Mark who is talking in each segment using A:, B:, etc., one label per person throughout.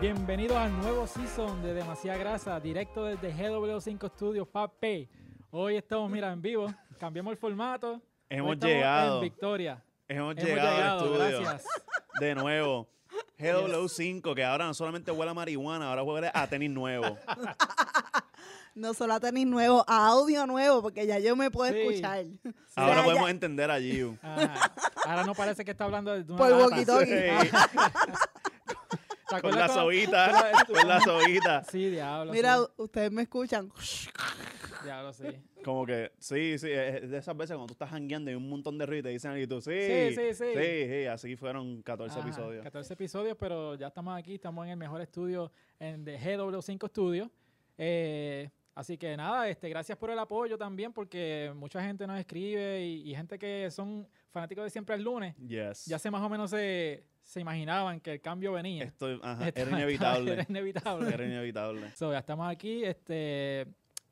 A: bienvenidos al nuevo season de Demasiada Grasa, directo desde GW5 Studios, papi. Hoy estamos, mira, en vivo, cambiamos el formato.
B: Hemos
A: Hoy estamos
B: llegado.
A: En Victoria.
B: Hemos,
A: Hemos
B: llegado,
A: llegado,
B: al estudio.
A: gracias.
B: De nuevo. GW5, que ahora no solamente huele a marihuana, ahora huele a tenis nuevo.
C: No solo a tenis nuevo, a audio nuevo, porque ya yo me puedo
A: Sí.
C: escuchar. O sea,
A: Ah,
B: Ahora
C: ya-
B: podemos entender a Giu.
A: Ajá. Ah, Ahora no parece que está hablando de una
C: Por
A: lata.
C: walkie-talkie.
B: Ey,
A: ¿Te
B: con
A: acuerdas
B: la
A: cuando-
B: sobita, con la sobita.
A: Sí, diablo.
C: Mira,
A: sí,
C: ustedes me escuchan.
A: diablo, sí.
B: Como que, sí, sí, es de esas veces cuando tú estás jangueando y hay un montón de ruido y te dicen y tú, sí,
A: Sí, sí, Ah, sí.
B: sí, sí, así fueron 14
A: Ajá,
B: episodios.
A: 14 episodios, pero ya estamos aquí, estamos en el mejor estudio en de GW5 Studio. Eh, así que nada, este, gracias por el apoyo también, porque mucha gente nos escribe y, y gente que son fanáticos de siempre el lunes,
B: Yes.
A: ya se más o menos se, se imaginaban que el cambio venía.
B: Estoy, ajá,
A: Esto-
B: era inevitable.
A: Era inevitable.
B: Era inevitable.
A: So, ya estamos aquí. Este,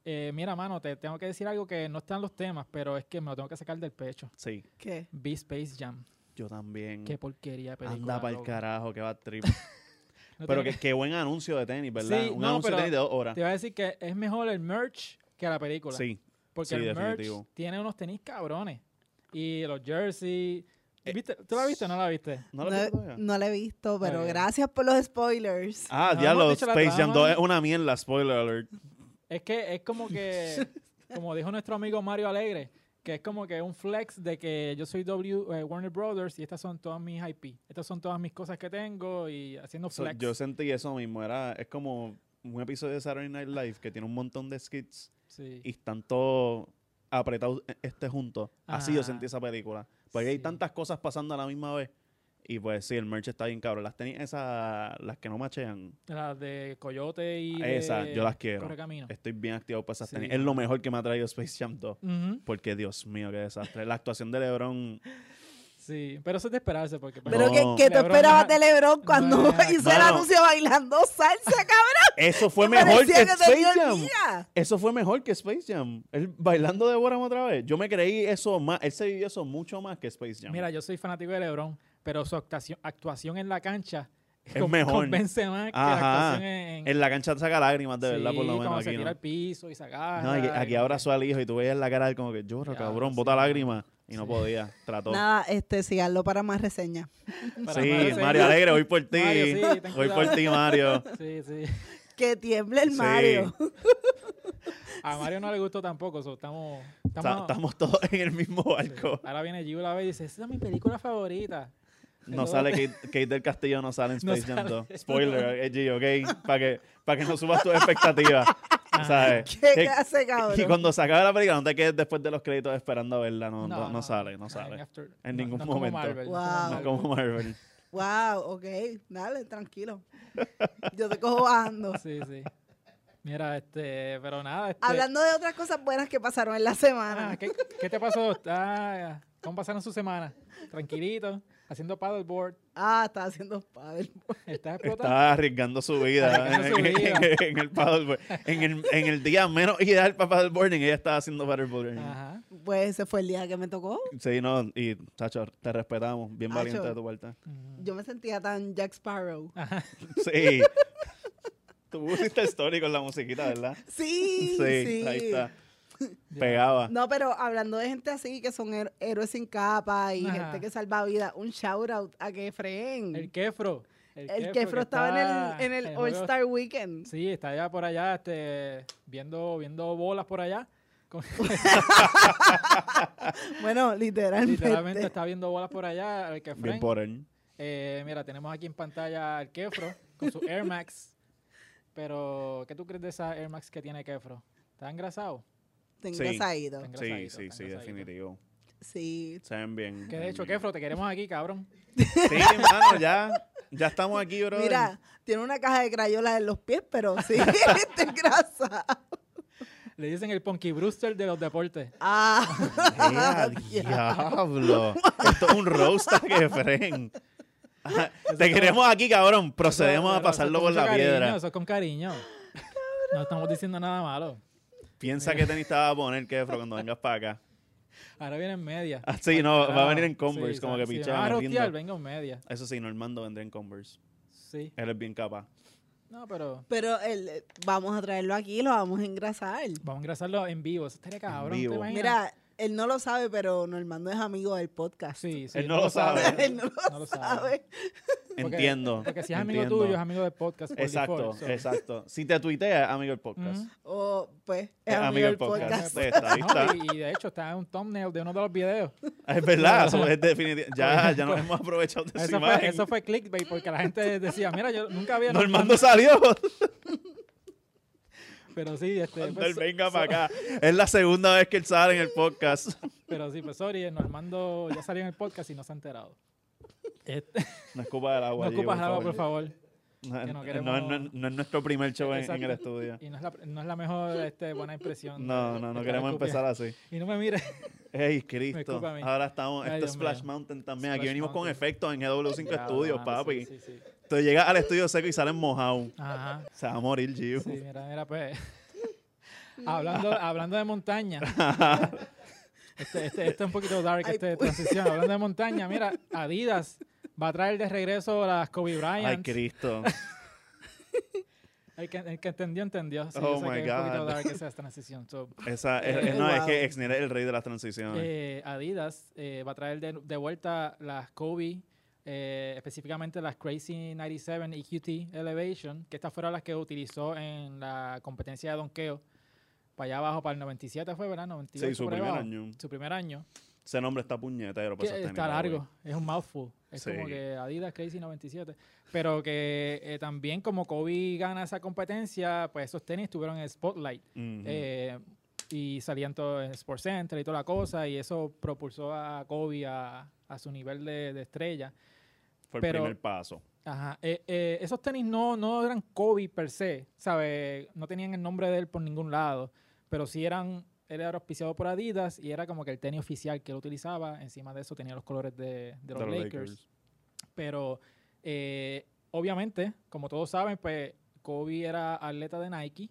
A: eh, mira, mano, te tengo que decir algo que no están los temas, pero es que me lo tengo que sacar del pecho.
B: Sí,
C: ¿Qué?
A: Vi Space Jam.
B: yo también.
A: Qué porquería de película.
B: Mm. Anda para el
A: loco.
B: carajo, que va trip.
A: No
B: Pero
A: tiene
B: que, qué buen anuncio de tenis, ¿verdad?
A: Sí,
B: un
A: no,
B: anuncio
A: pero
B: de tenis de dos horas.
A: Te iba a decir que es mejor el merch que la película.
B: Sí,
A: porque
B: sí,
A: el
B: definitivo.
A: merch tiene unos tenis cabrones. Y los jerseys.
B: Eh,
A: ¿Viste? ¿Tú la viste o no la viste?
B: ¿No lo has visto todavía?
C: no la he visto, pero
A: Ok.
C: gracias por los spoilers.
B: Ah,
A: No,
B: diablo,
A: hemos dicho la
B: Space Jam
A: trama.
B: 2 es una mierda, spoiler alert.
A: Es que es como que, como dijo nuestro amigo Mario Alegre, que es como que un flex de que yo soy W eh, Warner Brothers y estas son todas mis IP. Estas son todas mis cosas que tengo y haciendo
B: So,
A: flex.
B: yo sentí eso mismo, era, es como un episodio de Saturday Night Live que tiene un montón de skits
A: Sí.
B: y están todos apretados eh, este junto. Así yo
A: Ajá.
B: sentí esa película. Porque hay
A: Sí.
B: tantas cosas pasando a la misma vez. Y pues sí, el merch está bien cabrón. Las tenis esas, las que no machean,
A: Las de Coyote y
B: Esa,
A: de
B: yo las quiero.
A: Correcamino.
B: estoy bien activado para esas
A: Sí.
B: tenis. Es lo mejor que me ha traído Space Jam 2.
A: Ujú,
B: Porque Dios mío, qué desastre. La actuación de Lebron
A: Sí, pero eso es de esperarse porque... pues,
C: Pero
B: No.
C: que, que tú
A: Lebron no
C: esperabas
A: es-
C: de Lebron cuando
A: no es-
C: hizo el
B: Mano.
C: anuncio bailando salsa, cabrón.
B: Eso fue mejor que
C: Parecía
B: Space
C: tenía el
B: Jam.
C: día.
B: Eso fue mejor que Space Jam. Él bailando de Boram otra vez. Yo me creí eso más. Él se vivió eso mucho más que Space Jam.
A: Mira, yo soy fanático de LeBron, pero su actuación, actuación en la cancha
B: Es mejor.
A: convence más que la
B: Ajá.
A: actuación en...
B: en la cancha saca lágrimas, de verdad,
A: Sí,
B: por lo
A: cuando
B: menos
A: se
B: aquí.
A: tira
B: ¿no?
A: al piso y se agarra.
B: No, y
A: y
B: que- aquí
A: como
B: abrazó al hijo y tú veías la cara de él como que llora,
A: Ya,
B: cabrón,
A: sí.
B: bota lágrimas. Y no
A: Sí.
B: podía, trató.
C: Nada, este, síganlo para más reseñas.
A: para
B: sí,
A: amarse.
B: Mario Alegre, voy por ti.
A: Mario, sí, ten
B: voy por
A: cuidado.
B: ti, Mario.
A: Sí, sí.
C: Que tiemble el
B: Sí.
C: Mario.
A: A Mario no le gustó tampoco, so, estamos...
B: Está-
A: estamos
B: Estamos todos en el mismo barco.
A: Ahora viene Gio la ve y dice, esa es mi película favorita.
B: No
A: Hello.
B: sale Kate, Kate del Castillo, no sale en
A: No
B: Space Jam
A: sale.
B: 2. Spoiler, eh, G, ¿ok? Para que, pa' que no subas tus expectativas.
A: Ah,
B: ¿Sabes?
C: ¿Qué,
B: Eh,
C: hace, cabrón?
B: Y cuando se acabe la película, no te quedes después de los créditos esperando a verla. No, no, no, sale, no
A: En,
B: sale.
A: after-
B: En
A: no-
B: ningún
A: no es como
B: momento.
A: Marvel, no es
C: Wow.
A: como Marvel.
B: No es como Marvel.
C: Wow, ok, dale, tranquilo. Yo te cojo bajando.
A: Sí, sí. Mira, este... Pero nada, este...
C: Hablando de otras cosas buenas que pasaron en la semana.
A: Ah, ¿qué, qué te pasó? Ah, ¿Cómo pasaron su semana? Tranquilito, haciendo paddleboard.
C: Ah, estaba haciendo padre.
A: Estás explotando.
B: Está arriesgando su vida en,
A: Arriesgando su
B: en-
A: vida.
B: en el paddleboard. En el, en el día menos ideal para paddleboarding, ella estaba haciendo paddleboarding.
A: Ajá.
C: Pues ese fue el día que me tocó.
B: Sí, no, y Tacho, te respetamos. Bien
C: Tacho.
B: valiente de tu parte.
A: Ujú.
C: Yo me sentía tan Jack Sparrow.
B: Sí. Tú pusiste story con la musiquita, ¿verdad?
C: Sí, sí.
B: Sí, ahí está.
A: Ya.
B: Pegaba.
C: No, pero hablando de gente así que son her- héroes sin capa y
A: Ajá.
C: gente que salva vidas, un shout out a Kefren.
A: El
C: El,
A: Kefro.
C: Kefro, estaba en el, en el All
A: juego-
C: Star Weekend.
A: Sí, está allá por allá, este, viendo, viendo bolas por allá. Con-
C: Bueno, literalmente.
A: literalmente está viendo bolas por allá. El Kefren.
B: Bien por él.
A: Eh, mira, tenemos aquí en pantalla al Kefro con su Air Max. Pero, ¿qué tú crees de esa Air Max que tiene Kefro? ¿Está engrasado?
C: Tengo
B: Sí.
C: saído.
A: Tengo-
B: Sí,
A: Engrasadito,
B: sí, sí,
A: engrasadito.
B: definitivo.
C: Sí.
B: Se ven bien.
A: Que
B: se
A: de
B: ven
A: hecho,
B: bien.
A: Kefro, te queremos aquí, cabrón.
B: Sí, mano, ya, ya estamos aquí, bro.
C: Mira, tiene una caja de crayolas en los pies, pero sí, te grasa.
A: Le dicen el Ponky Brewster de los deportes.
C: Ah,
B: diablo! Esto es un roast a Kefren. Ajá, Te queremos aquí, cabrón. Procedemos a
A: Pero
B: pasarlo
A: eso
B: por
A: es con
B: la
A: mucho cariño,
B: piedra.
A: Eso es con cariño. No estamos diciendo nada malo.
B: Piensa que tenis te va a poner, Kefro, cuando vengas para acá.
A: Ahora viene en media.
B: Ah, sí, no, va a venir en
A: Sí,
B: Converse, como que
A: sí,
B: pichea,
A: va a
B: me rindo.
A: rostear, venga en media.
B: Eso sí, Normando vendrá en Converse.
A: Sí.
B: Él es bien capaz.
A: No, pero
C: Pero el, eh, vamos a traerlo aquí, lo vamos a engrasar.
A: vamos a engrasarlo en vivo. Eso estaría cabrón,
B: vivo.
A: ¿te imaginas?
C: Mira, él no lo sabe, pero Normando es amigo del podcast.
A: sí, sí,
B: Él no lo sabe.
C: él no lo,
A: No lo sabe.
C: sabe.
B: Entiendo.
A: Porque si es amigo
B: entiendo.
A: tuyo, es amigo del podcast. por
B: Exacto,
A: default, so. Mm.
B: exacto. Si te tuiteas, amigo del podcast.
A: Ujú.
C: O, pues,
B: Es
C: es amigo, del podcast.
B: podcast. Está, ahí está.
A: No, y, y de hecho está en un thumbnail de uno de los videos.
B: Es verdad, eso es definitivo. Ya, ya nos hemos aprovechado de su
A: Pues, Eso fue,
B: imagen.
A: eso fue clickbait porque la gente decía, mira, yo nunca había...
B: Normando salió
A: Pero sí, este,
B: cuando
A: pues,
B: él venga
A: so-
B: para acá. Es la segunda vez que él sale en el podcast.
A: Pero sí, pues sorry, Normando ya salió en el podcast y no se ha enterado. Este,
B: No escupas el agua.
A: no
B: Gio,
A: ocupas agua, por favor.
B: No,
A: que no
B: no,
A: queremos-
B: no- no es nuestro primer show en, en el
A: Exacto.
B: estudio.
A: Y no es la, no es la mejor este, buena impresión.
B: No,
A: de- de
B: no, no
A: cada
B: queremos
A: copia.
B: empezar así.
A: Y no me mires.
B: Ey, Cristo.
A: escupa a mí.
B: Ahora estamos.
A: Ay,
B: Esto es
A: Dios mío.
B: Splash Mountain también. Aquí
A: Splash
B: venimos con
A: Mountain.
B: efectos en GW5 Studios,
A: Ah,
B: papi.
A: Sí, sí, sí.
B: Tú llegas al estudio seco y sales mojado.
A: Ajá.
B: Se va a morir, Gio.
A: Sí, mira, mira, pues. hablando, hablando de montaña. este, este, este es un poquito dark,
C: Ay,
A: este
C: pu-
A: transición. Hablando de montaña, mira, Adidas va a traer de regreso las Kobe
B: Ay,
A: Bryant.
B: Cristo.
A: El que, el que entendió, entendió. Sí,
B: Oh
A: yo sé
B: my
A: que es un poquito
B: God.
A: dark esa transición. So,
B: Esa, es, es- no, es que
C: Wow.
B: Exner es el rey de las transiciones.
A: eh, Adidas eh, va a traer de, de vuelta las Kobe, eh, específicamente las Crazy 97 EQT Elevation, que estas fueron las que utilizó en la competencia de donkeo. Para allá abajo, para el 97 fue, ¿verdad? 98
B: sí, su
A: por ahí
B: primer
A: abajo.
B: año.
A: Su primer año.
B: Ese nombre está puñetero.
A: Que
B: para esos
A: está
B: tenis, by the way.
A: largo, es un mouthful. Es como
B: Sí.
A: que Adidas Crazy 97. Pero que eh, también como Kobe gana esa competencia, pues esos tenis estuvieron en el spotlight.
B: Ujú.
A: Eh, y salían todo en Sports Center y toda la cosa, y eso propulsó a Kobe a, a su nivel de, de estrella.
B: Fue el
A: pero-
B: primer paso.
A: Ajá. eh, eh, esos tenis no, no eran Kobe per se, ¿sabes? No tenían el nombre de él por ningún lado, pero sí eran, él era auspiciado por Adidas y era como que el tenis oficial que él utilizaba. Encima de eso tenía los colores de, de los,
B: de los
A: Lakers. Pero eh, obviamente, como todos saben, pues Kobe era atleta de Nike.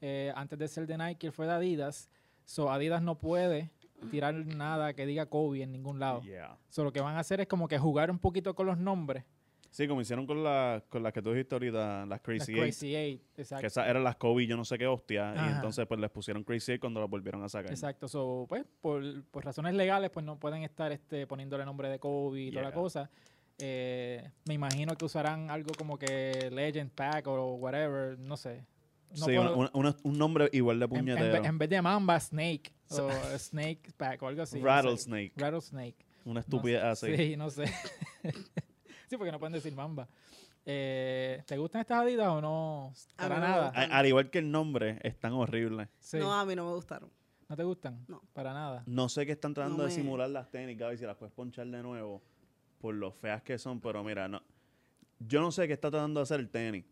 A: Eh, antes de ser de Nike, él fue de Adidas. So Adidas no puede tirar nada que diga Kobe en ningún lado.
B: Yeah.
A: So lo que van a hacer es como que jugar un poquito con los nombres.
B: Sí, como hicieron con las con las que tú dijiste ahorita, las
A: Las
B: Crazy, Eight,
A: Crazy Eight.
B: Que
A: Exacto.
B: esas eran las Kobe, yo no sé qué hostia.
A: Ajá.
B: Y entonces pues les pusieron Crazy Eight cuando las volvieron a sacar.
A: Exacto. So, pues, por, por razones legales, pues no pueden estar este, poniéndole nombre de Kobe y toda la
B: Yeah.
A: cosa. Eh, me imagino que usarán algo como que Legend Pack o whatever, no sé. No
B: sí,
A: puedo- em,
B: una- una- un nombre igual de
A: En, en
B: puñetero.
A: ve- en vez de Mamba, Snake. O Snake Pack o algo así. no sé.
B: Rattlesnake.
A: Rattlesnake.
B: Una estupidez así.
A: Sí, no sé. sí, porque no pueden decir Mamba. Eh, ¿Te gustan estas adidas o no?
C: A mí
A: Para
C: no me
A: nada.
C: gustan.
B: A- al igual que el nombre, es tan horrible.
A: Sí.
C: No,
A: No,
C: a mí no me gustaron.
A: te gustan?
C: No.
A: Para nada.
B: No sé qué están tratando
C: No
B: de
C: me-
B: simular las tenis, Gaby, si las puedes ponchar de nuevo, por lo feas que son, pero mira, no. Yo no sé qué está tratando de hacer el tenis.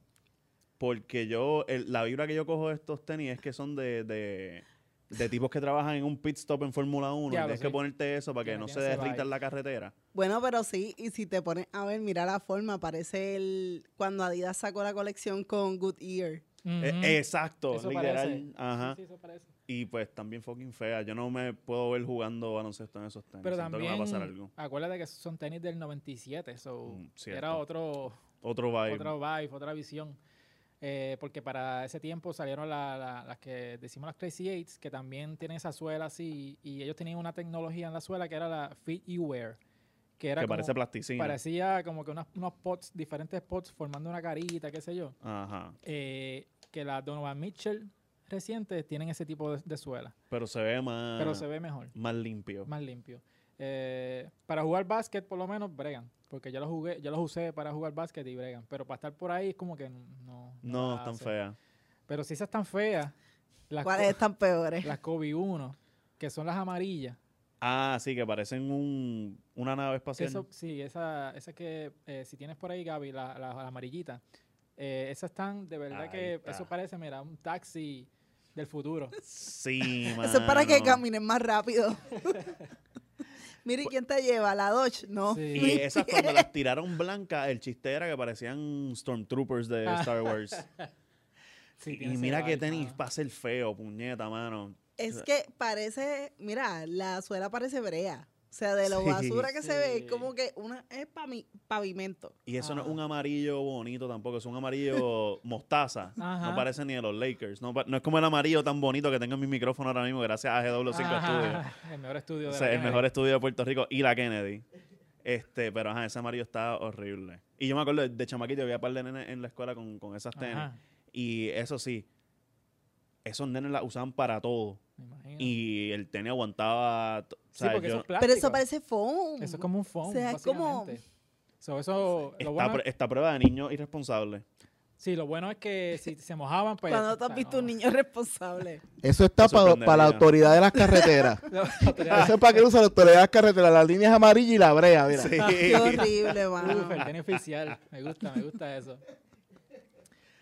B: Porque yo, el- la vibra que yo cojo de estos tenis es que son de, de, de tipos que trabajan en un pit stop en Fórmula
A: Diablo,
B: 1 y tienes
A: sí.
B: que ponerte eso para que
A: Tiene-
B: no se
A: tiene ese vibe.
B: derrita en la carretera.
C: Bueno, pero sí, y si te pones a ver, mira la forma, parece el cuando Adidas sacó la colección con Good Ear.
A: Ujú.
B: Eh, exacto,
A: Eso
B: literal.
A: parece.
B: Ajá.
A: Sí, sí, eso parece.
B: Y pues también fucking fea. Yo no me puedo ver jugando baloncesto en esos tenis.
A: Pero
B: Siento
A: también,
B: que me va a pasar algo.
A: acuérdate que son tenis del 97, so
B: Mm, cierto.
A: era otro,
B: Otro vibe.
A: otro vibe, otra visión. Eh, porque para ese tiempo salieron la- la- las que decimos las Crazy Eights, que también tienen esa suela así, y ellos tenían una tecnología en la suela que era la Fit You Wear, que era
B: que
A: como-
B: parece plasticina.
A: parecía como que unas- unos pots, diferentes pots formando una carita, qué sé yo.
B: Ajá.
A: Eh, que las Donovan Mitchell recientes tienen ese tipo de, de suela,
B: Pero se ve más,
A: pero se ve mejor,
B: más limpio.
A: más limpio. Eh, para jugar básquet, por lo menos, bregan. Porque yo los jugué, yo los usé para jugar básquet y bregan. Pero para estar por ahí es como que no.
B: No,
A: la
B: es tan
A: hacen.
B: fea.
A: Pero si esas están feas, las,
C: ¿Cuáles
A: Co-
C: están peores?
A: las Kobe 1, que son las amarillas.
B: Ah, sí, que parecen un, una nave espacial.
A: Eso, sí, esa, esa que eh, si tienes por ahí, Gaby, la, la, la amarillita, eh, esas están de verdad
B: Ahí
A: que
B: está.
A: eso parece, mira, un taxi del futuro.
B: Sí,
C: Eso es para que
B: mano.
C: caminen más rápido. Mire, ¿quién te lleva? ¿La Dodge? No.
A: Sí.
B: Y esas cuando las tiraron blancas, el chiste era que parecían Stormtroopers de
A: Ah.
B: Star Wars.
A: Sí, tiene
B: y
A: ese
B: mira que
A: vibe, Ah.
B: tenis
A: mano.
B: para ser feo, puñeta, mano.
C: Es que parece, mira, la suela parece brea. O sea, de lo
B: Sí.
C: basura que se ve, es
A: Sí.
C: como que una es pa mi- pavimento.
B: Y eso no es
A: Ajá.
B: un amarillo bonito tampoco, es un amarillo mostaza.
A: Ajá.
B: No parece ni de los Lakers. No, pa- no es como el amarillo tan bonito que tengo en mi micrófono ahora mismo, gracias a GW5 Studios.
A: Ajá, El mejor estudio
B: O
A: de
B: sea,
A: la
B: el
A: Kennedy.
B: mejor estudio de Puerto Rico y la Kennedy. Este, pero ajá, ese amarillo está horrible. Y yo me acuerdo de, de chamaquito, había par de nenes en la escuela con, con esas tenis.
A: Ajá,
B: Y eso sí, esos nenes las usaban para todo.
A: me imagino.
B: Y el tenis aguantaba. t- o
A: sí,
B: sea,
A: porque
B: yo-
A: eso es plástico.
C: Pero eso parece foam.
A: Eso es como un foam,
C: O sea, es como-
A: básicamente. So, eso,
B: esta,
A: lo bueno,
B: pr- esta prueba de niños irresponsables.
A: sí, lo bueno es que si se mojaban, pues...
C: Cuando tú
A: o
C: has
A: sea,
C: visto un
A: no.
C: niño responsable.
D: Eso está
B: Eso
D: para,
B: sorprendería.
D: para la autoridad de las carreteras. Eso es para que lo usa la autoridad de las carreteras. La línea es amarilla y la brea, mira.
A: Ah,
B: Sí.
C: Qué horrible, mano.
A: Uf, el tenis oficial. Me gusta, me gusta eso.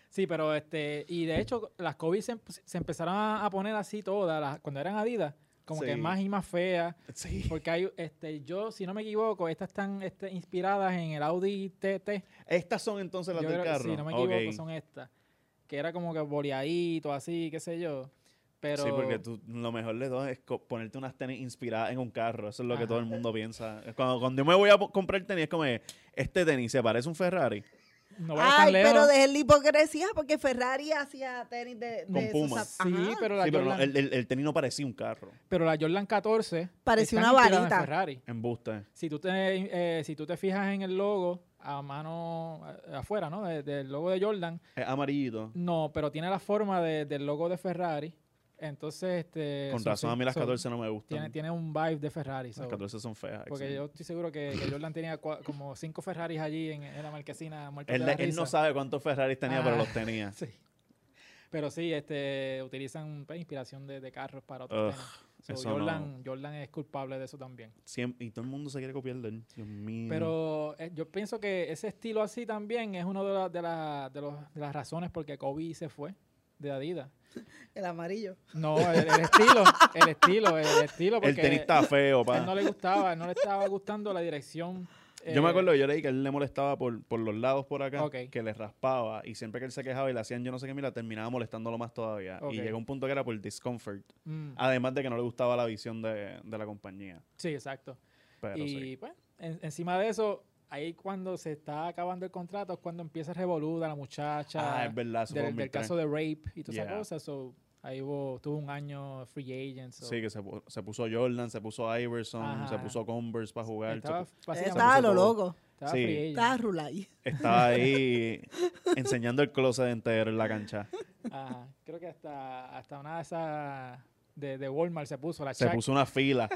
A: Sí, pero este, y de hecho, las Kobe se, emp- se empezaron a a poner así todas, las- cuando eran Adidas, como que
B: Sí.
A: más y más feas.
B: Sí.
A: Porque hay, este, yo, si no me equivoco, estas están este, inspiradas en el Audi TT.
B: Estas son entonces las
A: Yo
B: del
A: creo-
B: carro.
A: Si no me equivoco,
B: Ok.
A: son estas. Que era como que boleadito, así, qué sé yo. Pero,
B: Sí, porque tú, lo mejor de todo es co- ponerte unas tenis inspiradas en un carro. Eso es lo que
A: Ajá.
B: todo el mundo piensa. Cuando, cuando yo me voy a po- comprar tenis, es como, este tenis se parece a un Ferrari.
A: no vayas tan
C: Ay,
A: lejos.
C: pero dejen la hipocresía porque Ferrari hacía tenis de, de
B: Con
C: esos
B: Puma.
C: zap-
A: Sí,
C: Ajá.
A: pero la,
B: sí, pero no,
A: Jordan,
B: el, el- el tenis no parecía un carro.
A: pero la Jordan 14
C: Parecía
A: están
C: una
A: inspiradas en
C: varita.
A: Ferrari.
B: Embuste.
A: Si tú, te, eh, si tú te fijas en el logo a mano a- afuera, ¿no? De- del logo de Jordan,
B: Es amarillito.
A: no, pero tiene la forma de- del logo de Ferrari. Entonces, este.
B: Con
A: so-
B: razón,
A: sí,
B: a mí las
A: so,
B: 14 no me
A: tiene,
B: gustan.
A: tiene un vibe de Ferrari. so,
B: Las 14 son feas.
A: porque
B: excelente.
A: yo estoy seguro que, que Jordan tenía cua- como cinco Ferraris allí en, en la marquesina muertos
B: él,
A: de la
B: él no
A: risa.
B: sabe cuántos Ferraris tenía, pero
A: Ah.
B: los tenía.
A: Sí. Pero sí, este, utilizan pues, inspiración de, de carros para otros
B: Ugh,
A: temas. So,
B: eso
A: Jordan, Jordan es culpable de eso también.
B: Siem- y todo el mundo se quiere copiar de él. Dios mío.
A: Pero eh, yo pienso que ese estilo así también es una de, la- de, la- de los- de las razones por que Kobe se fue de Adidas.
C: El amarillo.
A: No, el, el estilo, el estilo, el estilo.
B: el
A: Porque
B: tenis está feo,
A: a él
B: pa.
A: no le gustaba, no le estaba gustando la dirección.
B: Yo me
A: eh,
B: acuerdo, yo leí que él le molestaba por, por los lados por acá,
A: Ok.
B: que le raspaba y siempre que él se quejaba y le hacían yo no sé qué, mira, terminaba molestándolo más todavía.
A: Ok.
B: Y llegó un punto que era por discomfort,
A: mm,
B: además de que no le gustaba la visión de, de la compañía.
A: sí, exacto.
B: Pero
A: y
B: sí.
A: pues, en- encima de eso, ahí cuando se está acabando el contrato es cuando empieza revoluda la muchacha.
B: Ah, es verdad, eso fue
A: del, del
B: 2003.
A: caso de rape y todas
B: Yeah.
A: esas cosas. So, ahí hubo, tuvo un año free agent. so,
B: Sí, que se, pu- se puso Jordan, se puso Iverson, se
A: Ajá.
B: puso Converse para jugar. se
A: estaba,
B: pu-
A: básicamente
C: Estaba
B: puso
C: lo
B: todo.
C: loco.
A: estaba
B: Sí.
A: free agent.
C: Estaba rulay.
B: estaba ahí enseñando el closet entero en la cancha.
A: Ajá, creo que hasta, hasta una de esas de, de Walmart se puso, la
B: Se
A: Shaq,
B: puso una fila.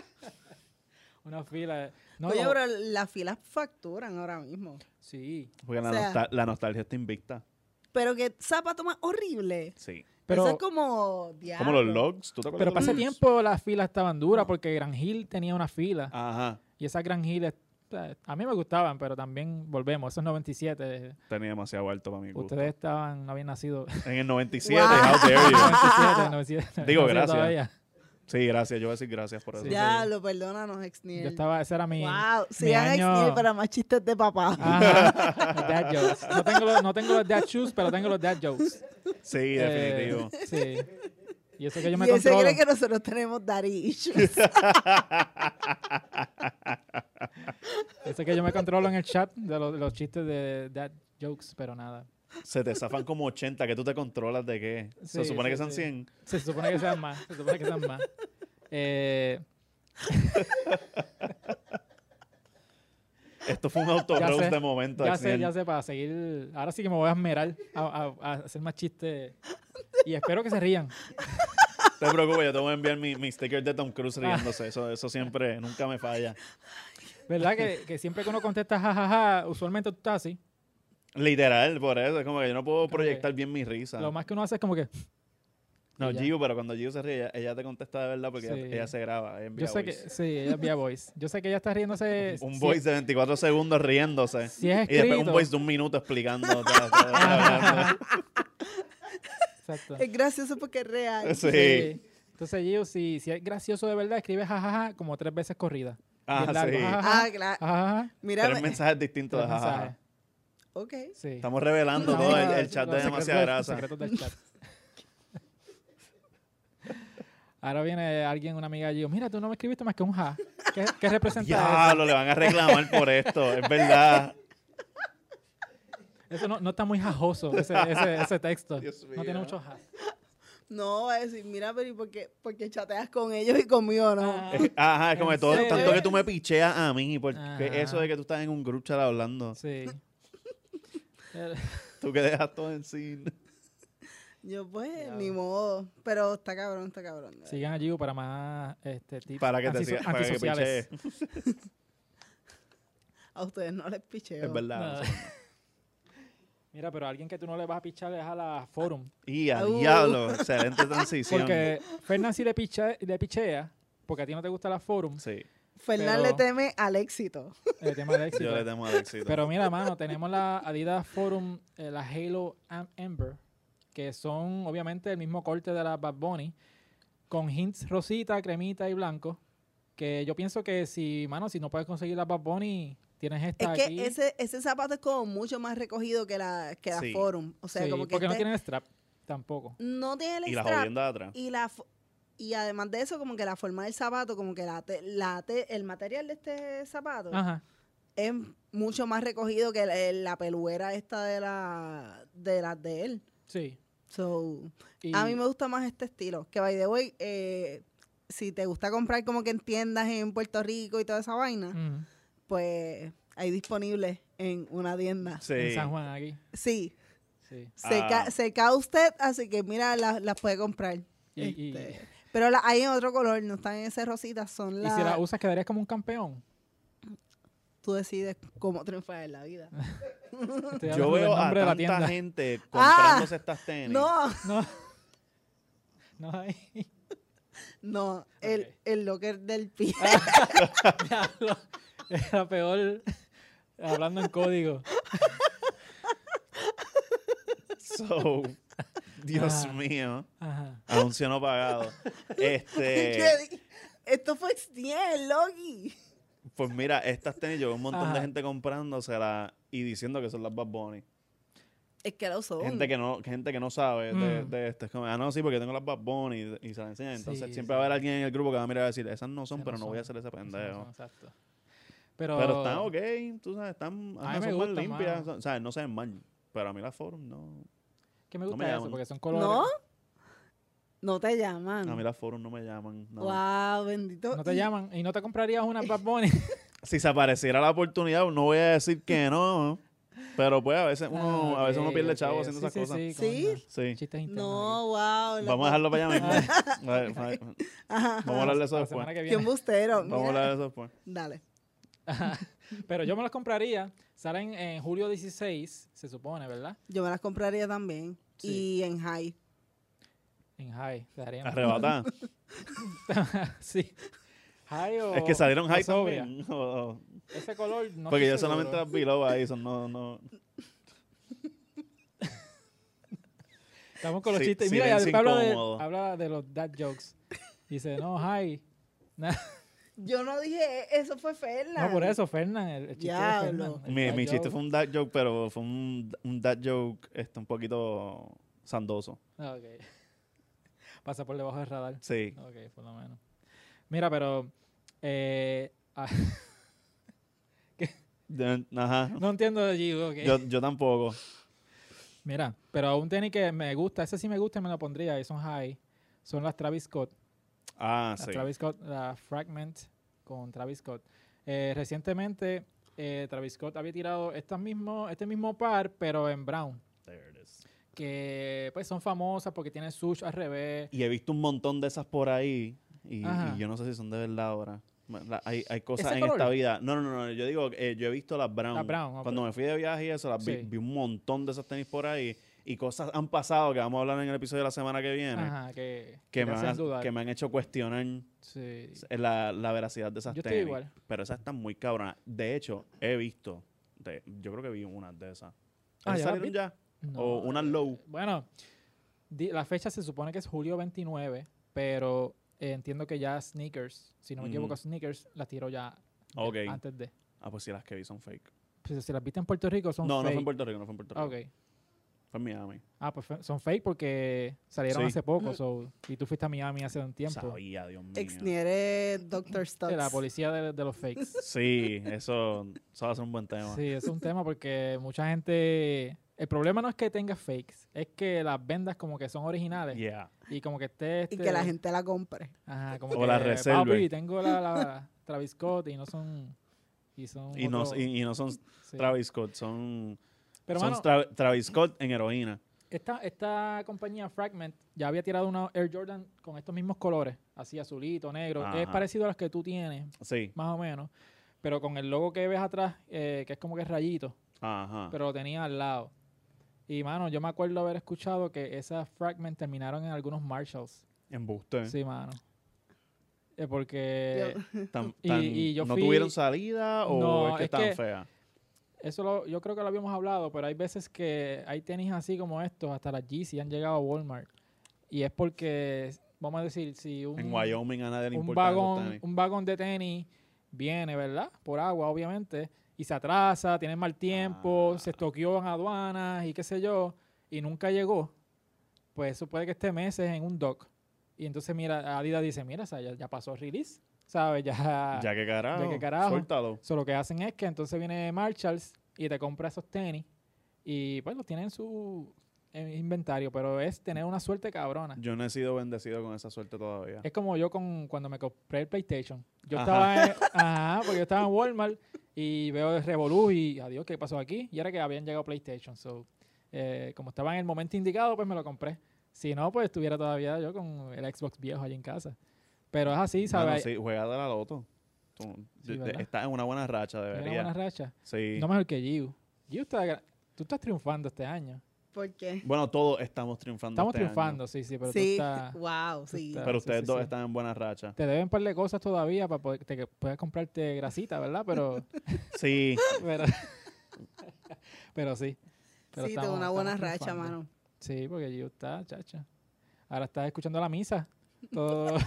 A: una fila. No,
C: Oye,
A: no,
C: pero las filas facturan ahora mismo.
A: Sí,
B: Porque la,
C: O sea-
B: nostal- la nostalgia está invicta.
C: Pero qué zapato más horrible.
B: Sí.
A: pero,
C: Eso es como...
B: Como
C: diablo.
B: los logs. ¿Tú te acuerdas
A: pero
B: de los
A: para ese
B: logs?
A: tiempo las filas estaban duras porque Gran Hill tenía una fila
B: Ajá.
A: y esas Gran Hill eh, a mí me gustaban, pero también volvemos, esos 97,
B: Tenía demasiado alto para mi gusto.
A: ustedes estaban, no habían nacido.
B: En el 97,
C: Wow.
B: how dare you.
A: 97, 97,
B: Digo,
A: no sé
B: gracias.
A: todavía.
B: Sí, gracias. Yo voy a decir gracias por eso.
A: Sí.
C: Diablo, perdónanos, ex
A: Yo estaba, ese era mi,
C: Wow,
A: mi
C: sigan ex
A: año- Ah,
C: para más chistes de papá.
A: Ajá, los dad jokes. No tengo, los, no tengo los dad shoes, pero tengo los dad jokes.
B: Sí,
A: Eh,
B: definitivo.
A: sí. Y eso que yo me
C: y él se
A: controlo.
C: cree que nosotros tenemos daddy issues.
A: Eso que yo me controlo en el chat de los, los chistes de dad jokes, pero nada.
B: Se te zafan como 80, que tú te controlas de qué. Se
A: Sí,
B: supone
A: sí,
B: que son
A: sí.
B: 100.
A: Se supone que sean más. Se supone que sean más. Eh,
B: Esto fue un auto
A: Ya sé,
B: de momento.
A: ya sé,
B: Axniel.
A: ya sé, para seguir. Ahora sí que me voy a esmerar a, a- a hacer más chistes. Y espero que se rían.
B: No te preocupes, yo te voy a enviar mi, mi sticker de Tom
A: Ah.
B: Cruise riéndose. Eso, eso siempre, nunca me falla.
A: ¿Verdad? Que, que siempre que uno contesta jajaja, usualmente tú estás así.
B: Literal, por eso. Es como que yo no puedo
A: que-
B: proyectar bien mi risa.
A: Lo más que uno hace es como que.
B: No,
A: y ya.
B: Gio, pero cuando Gio se ríe, ella, ella te contesta de verdad porque
A: Sí.
B: ella, ella se graba. ella envía
A: Yo sé que.
B: voice.
A: Sí, ella es vía voice. Yo sé que ella está riéndose.
B: Un
A: si-
B: voice de 24 segundos riéndose.
A: Si es
B: Y después un
A: escrito. Ah.
B: voice de un minuto explicando. todo, todo, todo, hablando.
A: Exacto.
C: es gracioso porque es real.
B: Sí.
A: Entonces, Gio, si, si es gracioso de verdad, escribe jajaja como tres veces corrida.
B: Ah,
A: Bien largo,
B: sí.
A: jajaja.
C: Ah, claro.
A: Ajá,
C: Mira,
B: Tres mensajes distintos de
A: tres
B: jajaja.
A: mensajes.
C: ok.
A: Sí.
B: Estamos revelando
A: Estamos-
B: todo el, el chat de
A: los secretos-
B: demasiada
A: los
B: grasa.
A: secretos del chat. Ahora viene alguien, una amiga, y yo, mira, tú no me escribiste más que un ja. ¿Qué, qué representa eso?
B: Diablo, le van a reclamar por esto, es verdad.
A: Eso no, no está muy jajoso, ese, ese, ese texto.
B: Dios
A: No tiene
B: mío.
A: mucho jas.
C: No, va a decir, mira, pero ¿y por qué, por qué chateas con ellos y conmigo no?
A: Ah.
B: Es- Ajá, es como que
A: ¿En
B: todo
A: serio?
B: tanto que tú me picheas a mí, porque
A: Ajá.
B: eso de que tú estás en un group chat hablando,
A: Sí. Eh,
B: tú que dejas todo en sí.
C: Yo, pues,
A: Diablo.
C: ni modo. Pero está cabrón, está cabrón. de verdad.
A: Sigan a Gigo para más este, tips
B: Para que te
A: antiso-
B: siga- para que
A: antisociales.
B: pichees.
C: A ustedes no les picheo.
B: Es verdad.
A: No. Mira, pero alguien que tú no le vas a pichar es a la Forum.
B: Y a
C: Uh.
B: diablo, excelente transición.
A: Porque Fernan sí le, picha, le pichea, porque a ti no te gusta la Forum,
B: Sí,
C: Fernan
A: Pero-
C: le teme al éxito.
A: el tema del éxito.
B: yo le temo al éxito.
A: pues. Pero mira, mano, tenemos la Adidas Forum, eh, la Halo Am- Amber, que son obviamente el mismo corte de la Bad Bunny, con hints rosita, cremita y blanco. Que yo pienso que si, mano, si no puedes conseguir la Bad Bunny, tienes
C: Es
A: esta
C: que
A: aquí.
C: ese, ese zapato es como mucho más recogido que la, que la
B: Sí.
C: Forum. O sea,
A: Sí,
C: como que
A: porque no
C: este-
A: tienen strap tampoco.
C: no tiene el
B: y la
C: strap.
B: jodienda de atrás.
C: Y, la, fo- y además de eso, como que la forma del zapato, como que la te- la te- el material de este zapato
A: Ajá.
C: es mucho más recogido que la, la peluera esta de la de las de él.
A: Sí.
C: So,
A: Y-
C: a mí me gusta más este estilo. Que by the way, eh, si te gusta comprar como que en tiendas en Puerto Rico y toda esa vaina,
A: Ujú.
C: pues hay disponible en una tienda.
B: Sí.
A: En San Juan aquí.
C: Sí,
A: Sí.
C: cerca,
B: Ah.
C: cerca a usted, así que mira, las las puede comprar.
A: Y, y-
C: Este, pero las hay en otro color, no están en ese rosita, son
A: y
C: las...
A: si la usas, quedarías como un campeón.
C: tú decides cómo triunfar en la vida.
A: Estoy
B: Yo
A: hablando del
B: veo a
A: nombre de la
B: tanta
A: tienda. Ah.
B: gente comprándose estas tenis.
C: No,
A: No. No hay.
C: no, el,
A: Ok.
C: el locker del pie.
A: Diablo. Era peor hablando en código.
B: So, Dios
A: Ah.
B: mío.
A: Ajá.
B: Anuncio no pagado. Este,
C: Yo dije, Esto fue extiel, Loki.
B: pues mira, estas tenis yo veo un montón
A: Ajá.
B: de gente comprándoselas y diciendo que son las Bad Bunny.
C: Es que lo son.
B: Gente que no, gente que no sabe de,
A: Oh. Mm.
B: de esto. Es como, ah, no, sí, porque tengo las Bad Bunny y, y se las enseñan. Entonces
A: Sí,
B: siempre
A: sí.
B: va a haber alguien en el grupo que va a mirar y va a decir, esas no son,
A: Esas
B: pero
A: no
B: no voy a
A: son.
B: hacer ese
A: Sí, no,
B: pendejo.
A: exacto. Pero,
B: Pero están ok, tú sabes, están,
A: A
B: ajá,
A: mí me
B: son más
A: gustan,
B: limpias.
A: mano.
B: son- o sea, no se ven mal. Pero a mí las Forum no.
A: ¿Qué me
B: no
A: gusta
B: me
A: eso?
B: llaman.
A: Porque son colores.
C: ¿No? No te llaman.
B: A mí las Forum no me llaman. no.
C: Wow, bendito.
A: No te
C: Y-
A: llaman y no te comprarías una Bad Bunny.
B: Si se apareciera la oportunidad, no voy a decir que no. Pero pues a veces uno,
A: Ah,
B: a veces uno
A: ok,
B: pierde
A: ok,
B: chavo
A: ok.
B: haciendo
A: Sí,
B: esas
A: sí,
B: cosas.
A: Sí,
C: ¿Sí?
A: coño.
B: Sí.
A: Chistes internos
C: No, wow. loco.
B: Vamos a dejarlo para allá mismo. A ver, a ver,
C: Ajá.
B: Vamos a hablar de eso
A: ahí. La
B: después.
A: semana que
C: Qué
A: viene.
C: embustero.
B: Vamos a
C: mira.
B: hablar de eso después.
C: Dale.
A: Pero yo me las compraría. Salen en julio 16, se supone, ¿verdad?
C: Yo me las compraría también.
A: Sí.
C: Y en high.
A: En High. Te darían-
B: Arrebatada.
A: sí. High o.
B: Es que salieron
A: o
B: high
A: sobria.
B: también. O- o-
A: Ese color no
B: Porque
A: estoy
B: yo solamente
A: seguro.
B: las vi luego ahí, son no, no.
A: Estamos con los
B: Sí,
A: chistes. Mira,
B: silencio
A: ya habla de,
B: incómodo.
A: habla de los dad jokes. Dice, no, hi.
C: Yo no dije, eso fue Ferla.
A: No, por eso, Fernan. El, el chiste de
C: Diablo.
A: Fernan, el
B: Mi,
A: dad
B: mi chiste
A: joke.
B: fue un dad joke, pero fue un, un dad joke este, un poquito sandoso.
A: Ah, ok. Pasa por debajo del radar.
B: Sí.
A: Ok, por lo menos. Mira, pero. eh, ah,
B: Yo- Ajá.
A: no entiendo de Gigo. ok.
B: Yo, yo tampoco.
A: Mira, pero a un tenis que me gusta, ese sí me gusta y me lo pondría, y son high. Son las Travis Scott.
B: Ah,
A: la
B: sí.
A: Travis Scott, la Fragment con Travis Scott. Eh, recientemente, eh, Travis Scott había tirado estas mismo, este mismo par, pero en brown.
B: There it is.
A: Que pues son famosas porque tienen sush al revés.
B: Y he visto un montón de esas por ahí. Y,
A: Ajá.
B: y yo no sé si son de verdad ahora. Ma- la- hay, hay cosas
A: ¿Ese
B: en
A: color?
B: esta vida. No, no, no. no, Yo digo, eh, yo he visto las Brown.
A: Las Ah, brown, ok.
B: Cuando me fui de viaje y eso, las vi,
A: Sí.
B: vi un montón de esas tenis por ahí. Y cosas han pasado que vamos a hablar en el episodio de la semana que viene.
A: Ajá, que,
B: Que,
A: te
B: me
A: hacen
B: han,
A: dudar.
B: que me han hecho cuestionar
A: Sí.
B: la, la veracidad de esas
A: Yo estoy
B: tenis.
A: igual.
B: Pero esas están muy cabronas. De hecho, he visto. de- yo creo que vi unas de esas.
A: Ah,
B: ¿Esas
A: ¿ya las
B: salieron
A: vi?
B: ya?
A: No. eh,
B: O unas low.
A: Bueno, di- la fecha se supone que es julio 29, pero eh, entiendo que ya Sneakers, si no me
B: Ujú.
A: equivoco, Sneakers las tiró ya eh,
B: Ok.
A: antes de.
B: Ah, pues sí, las que vi son fake.
A: Pues, si las viste en Puerto Rico son
B: no, no fue en
A: fake.
B: Puerto Rico, no fue en Puerto Rico.
A: Ah, ok.
B: Fue en Miami.
A: Ah, pues fe- son fake porque salieron
B: Sí.
A: hace poco. so, y tú fuiste a Miami hace un tiempo.
B: Sabía, Dios mío.
C: Ex ni eres Dr.
A: Sí,
C: Stokes.
A: La policía de, de los fakes.
B: Sí, eso, eso va a ser un buen tema.
A: Sí, es un tema porque mucha gente... El problema no es que tengas fakes, es que las vendas como que son originales
B: Yeah.
A: y como que esté...
C: Y
A: este-
C: que la gente la compre.
A: Ajá, como
B: O
A: que,
B: la reserve.
A: Papi, tengo la, la Travis Scott y no son... Y son...
B: Y no,
A: otro-
B: y, y no son
A: sí.
B: Travis Scott, son,
A: Pero
B: son
A: mano,
B: Tra- Travis Scott en heroína.
A: esta, esta compañía Fragment ya había tirado una Air Jordan con estos mismos colores, así azulito, negro. Es
B: Ajá.
A: parecido a los que tú tienes,
B: Sí,
A: más o menos. Pero con el logo que ves atrás, eh, que es como que rayito.
B: ajá.
A: pero lo tenía al lado. Y mano, yo me acuerdo haber escuchado que esas fragments terminaron en algunos Marshalls.
B: Embuste.
A: Sí, mano. Eh, porque
B: Tan-
A: Y-
B: tan-
A: y yo
B: ¿No
A: fui-
B: tuvieron salida o
A: No,
B: es que
A: es
B: están
A: que-
B: feas?
A: eso lo- yo creo que lo habíamos hablado, pero hay veces que hay tenis así como estos, hasta las Yeezy han llegado a Walmart. Y es porque, vamos a decir, si un,
B: En Wyoming a nadie le
A: un,
B: importa esos
A: vagón,
B: tenis.
A: un vagón de tenis viene, ¿verdad? Por agua, obviamente, y se atrasa, tienen mal tiempo,
B: Ah.
A: se estoqueó en aduanas y qué sé yo, y nunca llegó, pues eso puede que esté meses en un dock. Y entonces, mira, Adidas dice, mira, o sea, ya, ya pasó release, ¿sabes? Ya...
B: Ya que carajo,
A: ya que carajo.
B: suéltalo.
A: So, lo que hacen es que entonces viene Marshalls y te compra esos tenis y pues los tiene en su en inventario, pero es tener una suerte cabrona.
B: Yo no he sido bendecido con esa suerte todavía.
A: Es como yo con cuando me compré el PlayStation. Yo estaba
B: Ajá.
A: en, ajá, porque yo estaba en Walmart y veo el Revolú y adiós, ¿qué pasó aquí? Y era que habían llegado PlayStation. So, eh, como estaba en el momento indicado, pues me lo compré. Si no, pues estuviera todavía yo con el Xbox viejo allí en casa. Pero es así,
B: Mano,
A: ¿sabes?
B: sí, juega de la loto. Tú-
A: Sí,
B: de- de-
A: ¿verdad?
B: estás en una buena racha,
A: Tiene
B: debería.
A: una buena racha.
B: Sí.
A: No mejor que Giu. Giu está... gra- Tú estás triunfando este año.
C: ¿Por qué?
B: Bueno, todos estamos triunfando.
A: Estamos
B: este año.
A: triunfando, sí, sí, pero tú
C: sí.
A: estás...
C: Wow,
A: tú
C: sí.
A: estás-
B: Pero
A: Sí,
B: ustedes
A: sí,
B: dos
A: sí.
B: están en buena racha.
A: Te deben un par de cosas todavía para poder, te, que puedas comprarte grasita, ¿verdad? Pero...
B: Sí,
A: Pero, pero sí. Pero
C: sí,
A: estamos-
C: tuvo una buena
A: estamos
C: racha,
A: triunfando.
C: mano.
A: Sí, porque yo está, chacha. Ahora estás escuchando la misa. Todo,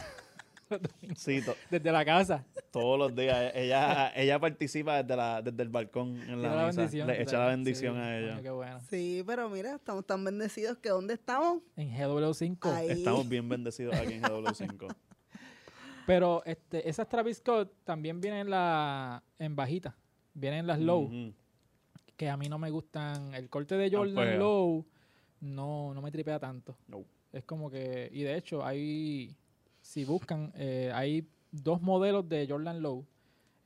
B: sí, to-
A: desde la casa.
B: todos los días. E-, Ella, ella participa desde, la, desde el balcón en
A: Tira
B: la, misa. Le echa la
A: ¿sabes?
B: bendición
A: Sí,
B: a
A: coño,
B: ella.
A: qué bueno.
C: Sí, pero mira, estamos tan bendecidos que ¿dónde estamos?
A: En GW5.
C: Ahí.
B: Estamos bien bendecidos aquí en GW5.
A: Pero este, esas Travis Scott también vienen en, la, en bajita. Vienen las low,
B: Ujú.
A: que a mí no me gustan. El corte de Jordan
B: feas.
A: low no, no me tripea tanto.
B: No.
A: Es como que, y de hecho, hay, si buscan, eh, hay dos modelos de Jordan Low.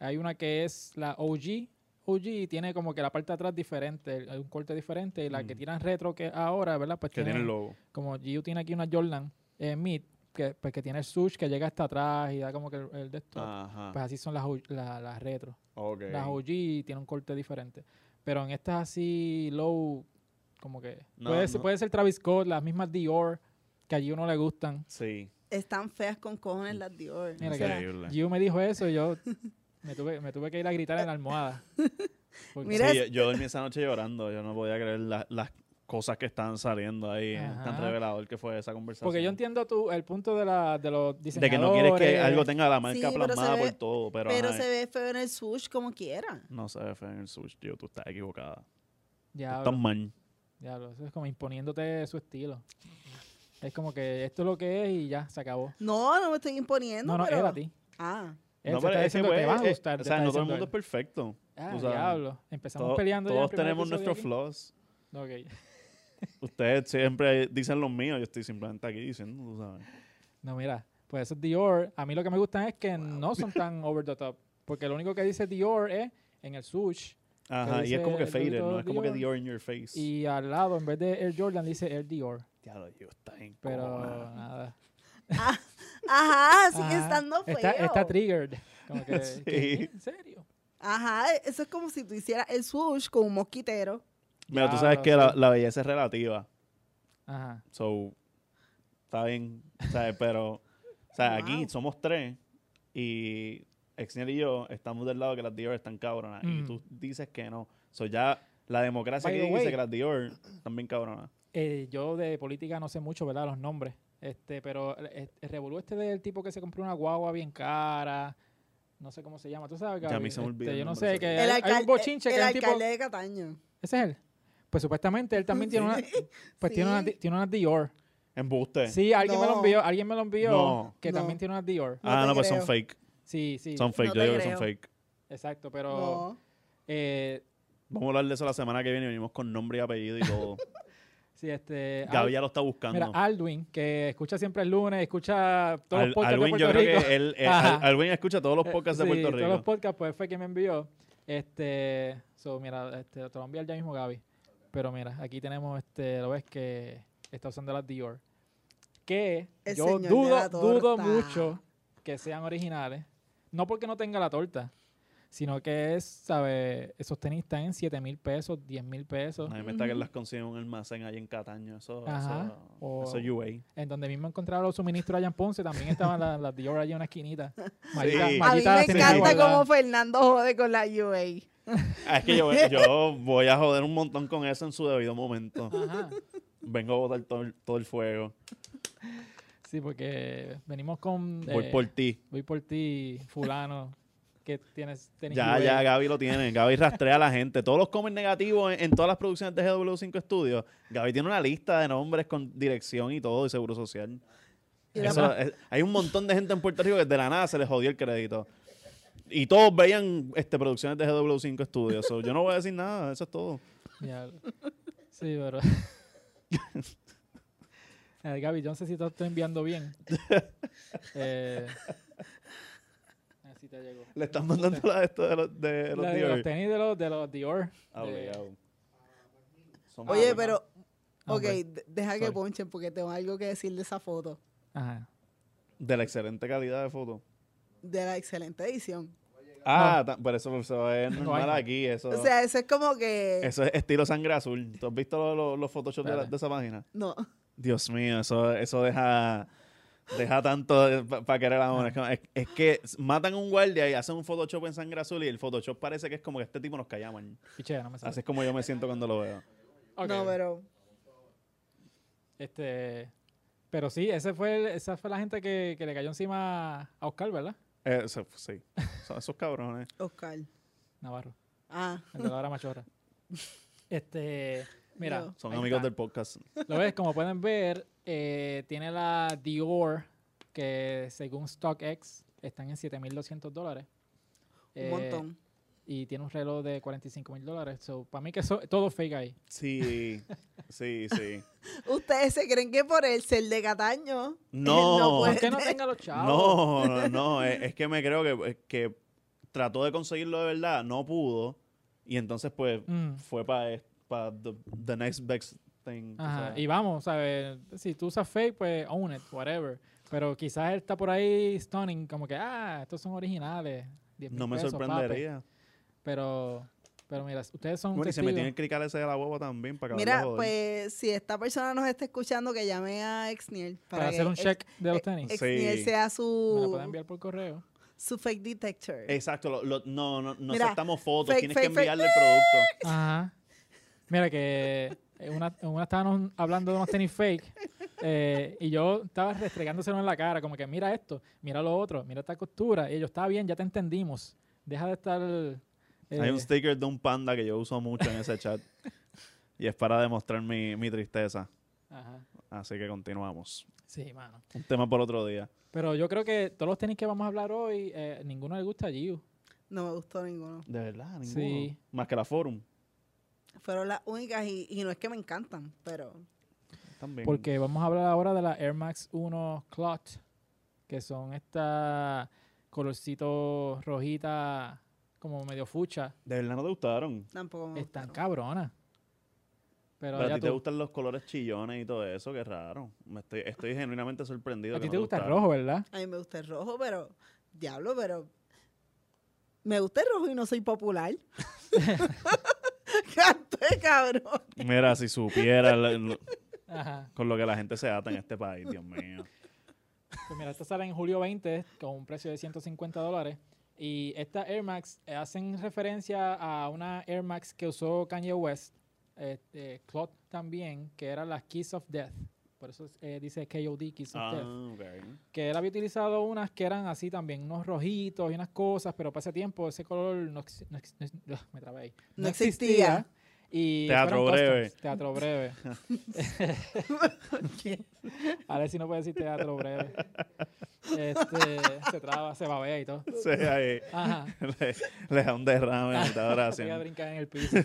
A: Hay una que es la OG, OG y tiene como que la parte de atrás diferente, el- un corte diferente, y la que
B: Mm.
A: tiran retro que ahora, ¿verdad? Pues
B: Que tiene el logo.
A: como GU tiene aquí una Jordan eh, Mid, que, pues que tiene el sush que llega hasta atrás y da como que el, el de esto.
B: Ajá.
A: Pues así son las, O- la- las retro.
B: Ok.
A: Las OG tienen un corte diferente. Pero en estas así low, como que...
B: No,
A: puede, ser,
B: no.
A: puede ser Travis Scott, las mismas Dior, que a Gio no le gustan.
B: Sí.
C: Están feas con cojones las Dior.
A: Mira
C: o sea,
A: que
B: Increíble.
A: Gio me dijo eso y yo me tuve, me tuve que ir a gritar en la almohada. Porque-
C: Mira,
B: Sí, yo, yo dormí esa noche llorando. Yo no podía creer la- las cosas que estaban saliendo ahí. eh, Tan
A: Ajá.
B: revelador que fue esa conversación.
A: porque yo entiendo tu, el punto de, la, de los
B: De
A: diseñadores.
B: que no quieres que algo tenga la
C: Sí,
B: marca
C: pero se
B: plasmada
C: ve-
B: por todo, pero,
C: pero
B: ajá,
C: se ve feo en el sush como quiera.
B: no se ve feo en el sushi, tío. Tú estás equivocada. Tú
A: Diablo,
B: estás mal.
A: diablo, eso es como imponiéndote su estilo. Es como que esto es lo que es y ya, se acabó.
C: No, no me estoy imponiendo.
A: No, no,
C: pero...
A: era a ti.
C: Ah,
A: Él
B: No,
A: se
B: pero
A: está
B: es que,
A: diciendo,
B: pues,
A: te va a
B: eh,
A: gustar.
B: o
A: te está
B: sea, no todo el
A: diciendo
B: mundo es
A: él.
B: perfecto.
A: Ah,
B: tú sabes.
A: diablo. Empezamos
B: Todo-
A: peleando ya en el
B: todos
A: primer
B: tenemos
A: episodio
B: nuestros
A: aquí.
B: flaws.
A: Ok.
B: Ustedes siempre dicen los míos. Yo estoy simplemente aquí diciendo, tú sabes.
A: No, mira, pues esos Dior, a mí lo que me gustan es que no son tan over the top. Porque lo único que dice Dior es en el sush
B: Ajá, y es
A: dice
B: como que
A: el
B: faded,
A: gorrito
B: ¿no? Es como que
A: Dior.
B: Dior in your face.
A: y al lado, en vez de Air Jordan, dice Air Dior.
B: Ya lo digo, está bien.
A: Pero
B: cojonada.
A: nada.
C: ajá, sigue
A: Ajá,
C: estando feo.
A: Está, está triggered. Como que,
B: Ah, Sí.
A: ¿qué? ¿En serio?
C: Ajá, eso es como si tú hicieras el sush con un mosquitero.
B: Mira, tú
A: Diablo,
B: sabes que la,
A: sí.
B: la belleza es relativa.
A: Ajá.
B: So, está bien, ¿sabes? Pero, o sea, aquí
C: Wow.
B: somos tres y Exniel y yo estamos del lado que las Dior están cabronas y
A: Mm.
B: tú dices que no. So, ya la democracia
A: By
B: aquí
A: the
B: dice
A: way.
B: que las Dior también cabronas.
A: Eh, yo de política no sé mucho, ¿verdad? Los nombres. Este, pero el, el revolú este del tipo que se compró una guagua bien cara. No sé cómo se llama. ¿Tú sabes,
B: Ya a mí
A: Gaby?
B: se me olvidó
A: Este,
B: el
A: yo no
B: nombre
A: sé.
B: de ese
A: Que
B: tipo.
A: hay, hay un
C: alcalde,
A: bochinche
C: el
A: que es un tipo...
C: alcalde de Cataño.
A: Ese es él. Pues supuestamente él también tiene una, pues tiene una,
C: Sí.
A: tiene una Dior.
B: Embuste.
A: Sí, alguien me lo
C: No.
A: envió, alguien me lo envió
B: No.
A: que
C: No.
A: también tiene una Dior.
C: No
B: ah,
C: te
B: no, pues son
C: creo.
B: fake.
A: Sí, sí,
B: Son fake,
C: No
B: yo
C: te
B: digo que son
C: creo.
B: fake.
A: exacto, pero
C: No.
A: eh,
B: Vamos a hablar de eso la semana que viene. Venimos con nombre y apellido y todo.
A: sí, este, Al-
B: Gaby ya lo está buscando.
A: mira, Aldwin, que escucha siempre el lunes, escucha todos
B: Al-
A: los podcasts de
B: Alwin,
A: Puerto
B: yo creo
A: Rico.
B: que él, él-
A: Ajá.
B: Al- Alwin escucha todos los
A: Eh,
B: podcasts de
A: sí,
B: Puerto
A: todos los
B: Rico.
A: podcasts, pues fue quien me envió. Este, so, mira, este, te lo voy a enviar ya mismo Gaby. Pero mira, aquí tenemos, este, lo ves que está usando las Dior. Que
C: El
A: yo
C: señor de
A: dudo,
C: la
A: dudo
C: torta.
A: mucho que sean originales. No porque no tenga la torta, sino que es, ¿sabes? Esos tenis están en 7 mil pesos, 10 mil pesos.
B: A mí me está que las consigue en un almacén ahí en Cataño. Eso,
A: Ajá. Oh.
B: eso,
A: O-
B: eso es UA.
A: En donde mismo encontraba los suministros allá en Ponce, también estaban las, las Dior allá en una esquinita. Mayita-
B: Sí.
C: A mí
A: Mayita
C: me
A: las tenía
C: encanta
A: guardadas.
C: cómo Fernando jode con la UA.
B: Ah, es que yo, yo voy a joder un montón con eso en su debido momento.
A: Ajá.
B: Vengo a botar todo, el- todo el fuego.
A: Sí, porque venimos con.
B: Voy
A: eh,
B: por ti.
A: Voy por ti, fulano, que tienes tenis
B: Ya,
A: UA.
B: ya, Gaby lo tiene. Gaby rastrea a la gente. Todos los comments negativos en, en todas las producciones de GW5 Studios. Gaby tiene una lista de nombres con dirección y todo y seguro social.
C: Y la
B: Eso es- hay un montón de gente en Puerto Rico que de la nada se les jodió el crédito. Y todos veían este, producciones de GW5 Studios. So, yo no voy a decir nada, eso es todo.
A: Ya. Sí, pero. Eh, Gaby, yo no sé si te lo estoy enviando bien. Eh, así te llegó.
B: Le están mandando la, esto de los, de los
A: La de
B: Dior.
A: los tenis de los, de los Dior.
B: Ah,
A: de-
B: obligado. Son
C: Oye,
B: buenos.
C: pero.
A: Ah,
C: Ok,
A: pues.
C: de- deja que
A: Sorry.
C: ponchen porque tengo algo que decir de esa foto.
A: Ajá.
B: De la excelente calidad de foto.
C: De la excelente edición.
B: Ah, ta- pero eso se va a ver
A: No
B: normal
A: hay.
B: aquí. Eso,
C: O sea, eso es como que.
B: Eso es estilo sangre azul. ¿Tú has visto lo- lo- los Photoshop de, la-
A: Eh, Espérate.
B: de esa página?
C: No.
B: Dios mío, eso, eso deja, deja tanto para querer amor. Es, como- es- es que matan a un guardia y hacen un Photoshop en sangre azul y el Photoshop parece que es como que este tipo nos callaban.
A: Piché, no me sale.
B: Así es como yo me siento cuando lo veo.
A: Ok.
C: No, pero.
A: Este. Pero sí, ese fue el- esa fue la gente que, que le cayó encima a Oscar, ¿verdad?
B: Eh, Eso, sí, Son esos cabrones.
C: Oscar.
A: Navarro,
C: Ah.
A: el de la hora machorra. Este. Mira.
C: Yo.
B: Son
A: ahí
B: amigos
A: está.
B: del podcast.
A: Lo ves, como pueden ver, eh, tiene la Dior, que según StockX están en 7.200 dólares. Eh,
C: Un montón.
A: Y tiene un reloj de 45.000 dólares. So, para mí que eso, todo fake ahí.
B: Sí, sí, sí.
C: ¿Ustedes se creen que por el ser de Cataño?
B: No.
C: no
A: No es
C: puede
A: que no
C: ser?
A: tenga los chavos.
B: No, no, no, es, es que me creo que, que trató de conseguirlo de verdad, no pudo, y entonces pues
A: Mm,
B: fue para the, the next best thing. o
A: ajá.
B: sea,
A: Y vamos, ¿sabes? Si tú usas fake, pues own it, whatever. Pero quizás él está por ahí stunning, como que, ah, estos son originales. 10.000
B: no me
A: pesos, papi".
B: sorprendería.
A: Pero, pero mira, ustedes son
B: Bueno, y se me
A: testigos.
B: tiene el crical ese de la boba también para acabar de
C: Mira,
B: joder.
C: pues si esta persona nos está escuchando, que llame a Exniel
A: para hacer
C: que
A: un
C: Ex-
A: check de los
C: Ex-
A: tenis.
C: Exniel
B: Sí.
C: sea
A: Me lo pueden
C: su,
A: enviar por correo.
C: su fake detector.
B: Exacto, lo- lo- no, no, no
C: Mira,
B: aceptamos fotos,
C: fake,
B: tienes
C: fake,
B: que
C: fake.
B: enviarle el producto.
A: Ajá. Mira que eh, una, una estábamos hablando de unos tenis fake eh, y yo estaba restregándoselo en la cara, como que mira esto, mira lo otro, mira esta costura. Y yo, está bien, ya te entendimos. Deja de estar... eh,
B: Hay un sticker de un panda que yo uso mucho en ese chat y es para demostrar mi, mi tristeza.
A: Ajá.
B: Así que continuamos.
A: Sí, mano.
B: Un tema por otro día.
A: Pero yo creo que todos los tenis que vamos a hablar hoy, eh, ninguno le gusta a Giu.
C: No me gustó ninguno.
B: De verdad, ninguno.
A: Sí.
B: Más que la forum.
C: Fueron las únicas y, y no es que me encantan, pero
B: También.
A: Porque vamos a hablar ahora de la Air Max 1 Clot, que son esta colorcito rojita como medio fucha.
B: De verdad no te gustaron.
C: tampoco me
A: Están
C: gustaron.
A: cabronas. Pero,
B: Pero, a
A: ya
B: ti te
A: tú-
B: gustan los colores chillones y todo eso, qué raro. Me estoy, estoy genuinamente sorprendido.
A: A
B: que
A: ti
B: no
A: te gusta el
B: gustaron.
A: rojo, ¿verdad?
C: A mí me gusta el rojo, pero diablo, pero me gusta el rojo y no soy popular. Canté, cabrón.
B: Mira, si supiera la- lo-
A: Ajá.
B: con lo que la gente se ata en este país, Dios mío.
A: Pues mira, esta sale en julio 20 con un precio de 150 dólares. Y esta Air Max eh, hacen referencia a una Air Max que usó Kanye West, este, Clot también, que era las Kiss of Death. Por eso eh, dice KOD, Kiss of Death.
B: Ah, ok.
A: que él había utilizado unas que eran así también, unos rojitos y unas cosas, pero para ese tiempo ese color no, ex- no ex- no ex- ugh, me trabé ahí.
C: No existía.
A: Y
B: Teatro
A: fueron
B: breve.
A: customs, Teatro breve. A ver si no puede decir teatro breve. Este, se traba, se babea y todo.
B: Sí, ahí.
A: Ajá.
B: Le, le da un derrame en mitad de
A: Voy a
B: oración.
A: brincar en el piso.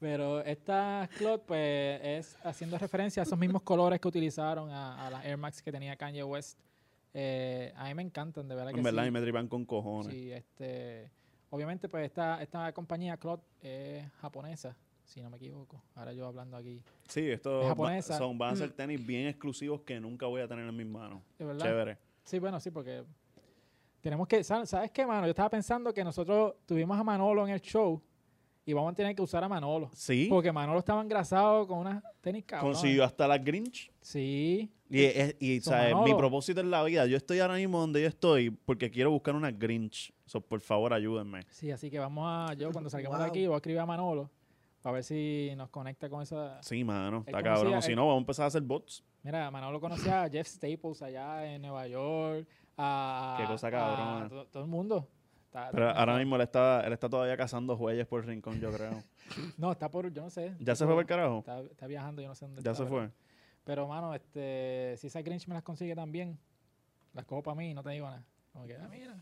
A: Pero esta Cloud, pues, es haciendo referencia a esos mismos colores que utilizaron a, a las Air Max que tenía Kanye West. Eh, a mí me encantan, de verdad que
B: En verdad,
A: sí.
B: y me tripan con cojones.
A: Sí, este, obviamente, pues, esta, esta compañía Cloud es japonesa, si no me equivoco. Ahora yo hablando aquí,
B: Sí,
A: Es
B: estos va-
A: japonesa.
B: son, van a ser tenis bien exclusivos que nunca voy a tener en mis manos.
A: de verdad.
B: Chévere.
A: Sí, bueno, sí, porque tenemos que, sa- ¿sabes qué, mano? Yo estaba pensando que nosotros tuvimos a Manolo en el show y vamos a tener que usar a Manolo.
B: Sí,
A: Porque eh. Manolo estaba engrasado con unas tenis cabronas.
B: consiguió hasta la Grinch.
A: Sí.
B: Y, es- y,
A: So,
B: ¿sabes? mi
A: Manolo.
B: propósito en la vida, yo estoy ahora mismo donde yo estoy porque quiero buscar una Grinch. So, por favor, ayúdenme.
A: Sí, así que vamos a. Yo cuando salgamos de
C: Wow.
A: aquí voy a escribir a Manolo para ver si nos conecta con esa.
B: Sí, mano, está
A: Él
B: cabrón.
A: conocía-
B: si
A: él-
B: no, vamos a empezar a hacer bots.
A: Mira, Manolo conocía a Jeff Staples allá en Nueva York. A,
B: Qué cosa
A: a
B: cabrona.
A: to- todo el mundo. Está- está
B: Pero ahora
A: conectado.
B: mismo él está, él está todavía cazando jueyes por el rincón, yo creo.
A: No, está por. Yo no sé.
B: ¿Ya
A: está
B: se
A: por-
B: fue por el carajo?
A: Está, está viajando, yo no sé dónde
B: Ya
A: está,
B: se
A: pero-
B: fue.
A: Pero, mano, este, si esas Grinch me las consigue también, las cojo para mí y no te digo nada. Como que, ah, mira.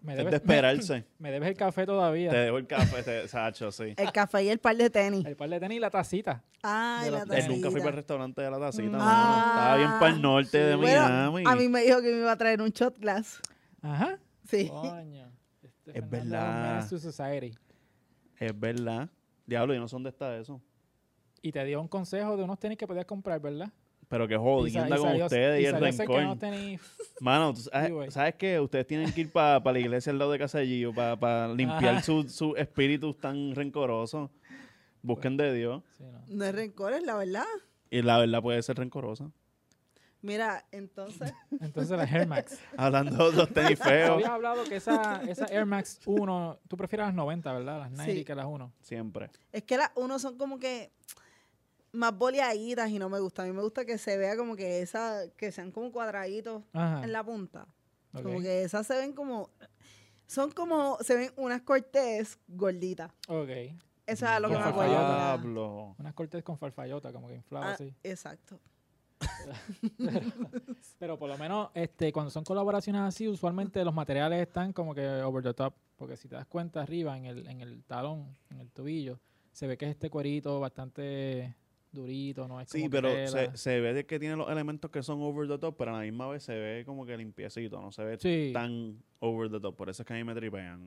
A: Me
B: Es de
A: debes,
B: esperarse.
A: me debes el café todavía.
B: Te dejo el café, te- Sacho, sí.
C: El café y el par de tenis.
A: El par de tenis y la tacita.
C: Ay, Ah.
A: de
C: la
A: los
B: Él nunca fui
C: tacita.
B: para el restaurante de la tacita,
A: Mm.
B: mano. Estaba bien para el norte de
C: Bueno,
B: Miami.
C: a mí me dijo que me iba a traer un shot glass.
A: Ajá.
C: Sí.
A: Coño. Este
B: Es
A: Fernando
B: verdad.
A: Jiménez to Society.
B: Es verdad. Diablo, yo no sé dónde está eso.
A: Y te dio un consejo de unos tenis que podías comprar, ¿verdad?
B: Pero qué
A: Y sa-
B: jodienda
A: y
B: con
A: salió-
B: ustedes y, el
A: salió cerca de
B: rencor.
A: unos tenis.
B: Mano, ¿tú
A: Sí,
B: sabes,
A: güey.
B: ¿sabes qué? Ustedes tienen que ir para la iglesia al lado de casa de Gio para limpiar
A: Ajá.
B: sus su espíritus tan rencorosos. Busquen de Dios.
A: Sí, no.
C: No es rencores, la verdad.
B: Y la verdad puede ser rencorosa.
C: Mira, entonces,
A: Entonces las Air Max.
B: Hablando de los tenis
A: Tú
B: feos.
A: habías hablado que esa, esa Air Max 1, tú prefieres las 90, ¿verdad? Las 90
C: Sí.
A: que las 1.
B: Siempre.
C: es que las unos son como que más boleaditas y no me gusta. A mí me gusta que se vea como que esa, que sean como cuadraditos
A: Ajá.
B: Ah.
C: en la punta.
A: ok.
C: Como que esas se ven como, son como, se ven unas cortes gorditas.
A: ok.
C: Eso es a lo que
A: Con
C: me acuerdo.
A: farfallota.
C: Ah,
B: Diablo.
A: Unas cortes con farfallota, como que inflado
C: ah,
A: así.
C: exacto.
A: Pero por lo menos este, cuando son colaboraciones así, usualmente los materiales están como que over the top. Porque si te das cuenta arriba, en el, en el talón, en el tobillo, se ve que es este cuerito bastante durito, no es
B: Sí,
A: como que
B: pero
A: tela.
B: se, se ve de que tiene los elementos que son over the top, pero a la misma vez se ve como que limpiecito, no se ve
A: Sí,
B: tan over the top. Por eso es que a mí me tripean.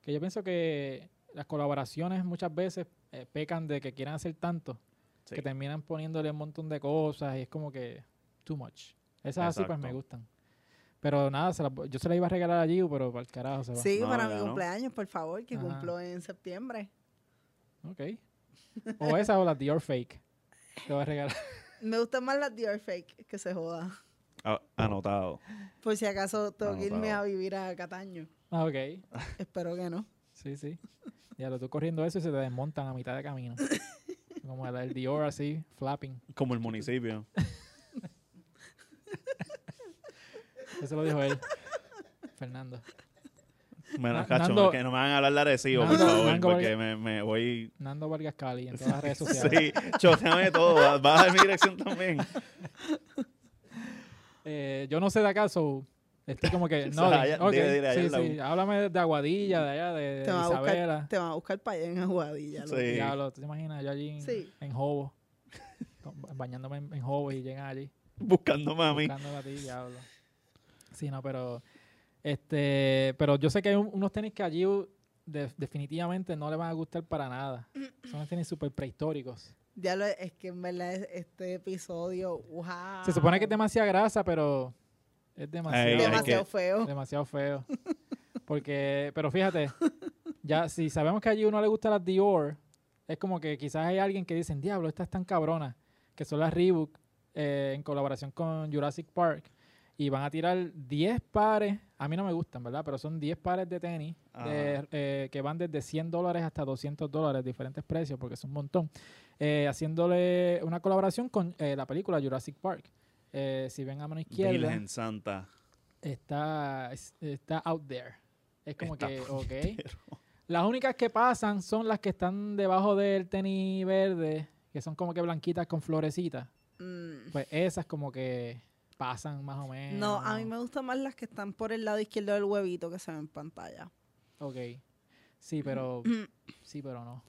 A: que yo pienso que las colaboraciones muchas veces eh, pecan de que quieran hacer tanto,
B: Sí.
A: que terminan poniéndole un montón de cosas y es como que too much. Esas así pues me
B: Exacto.
A: gustan. Pero nada, se las voy- yo se las iba a regalar a Giu, pero para el carajo se va.
C: Sí,
B: No,
C: para
B: ya
C: mi
B: no.
C: cumpleaños, por favor, que
A: Ajá.
C: cumplo en septiembre.
A: Ok. O esa o la Dior Fake. Te voy a regalar.
C: Me gustan más las Dior Fake, que se joda.
B: A- anotado.
C: Por si acaso tengo que irme
B: Anotado.
C: a vivir a Cataño.
A: Ah, ok.
C: Espero que no.
A: Sí, sí. Ya lo tú corriendo eso y se te desmontan a mitad de camino. Como el, el Dior así, flapping.
B: Como el municipio.
A: Eso lo dijo él. Fernando.
B: Menos
A: Na-
B: cacho,
A: Nando-
B: que no me van a hablar de Arecibo, por
A: Nando-
B: favor,
A: Nando-
B: porque me, me voy...
A: Nando Vargas Cali en todas las redes sociales.
B: Sí, choteame todo. va- Vas a dar mi dirección también.
A: Eh, yo no sé de acaso. Estoy como que. No,
B: sea, allá-
A: ok,
B: dile, dile, allá
A: sí,
B: en la
A: sí. Háblame de Aguadilla, de allá, de, de
C: Te van a buscar,
A: Isabela.
C: te van a buscar para allá en Aguadilla. loco.
B: Sí.
A: Diablo, ¿tú te imaginas? Yo allí en,
C: Sí.
A: en Jobo. Bañándome en, en Jobo y llegan allí.
B: Buscando mami.
A: Buscándola a ti, diablo. Sí, no, pero este, pero yo sé que hay un- unos tenis que a Giu de- definitivamente no le van a gustar para nada. Son unos tenis súper prehistóricos.
C: Ya lo, es que en verdad es- este episodio, wow.
A: Se supone que es demasiada grasa, pero es demasiado,
B: Ey, hay
C: demasiado feo.
A: demasiado feo. Porque, pero fíjate, ya si sabemos que a Giu no le gustan las Dior, es como que quizás hay alguien que dicen, diablo, estas tan cabronas, que son las Reebok eh, en colaboración con Jurassic Park. Y van a tirar 10 pares, a mí no me gustan, ¿verdad? Pero son 10 pares de tenis de-
B: Ajá.
A: eh, que van desde 100 dólares hasta 200 dólares, diferentes precios, porque es un montón. Eh, haciéndole una colaboración con eh, la película Jurassic Park. Eh, si ven a mano izquierda,
B: Virgen Santa.
A: está, es- está out there. Es como
B: Está
A: que,
B: puñetero.
A: ok. Las únicas que pasan son las que están debajo del tenis verde, que son como que blanquitas con florecitas.
C: Mm,
A: Pues esas como que pasan más o menos.
C: No, a mí me gustan más las que están por el lado izquierdo del huevito que se ven en pantalla.
A: Ok. Sí, pero... sí, pero no.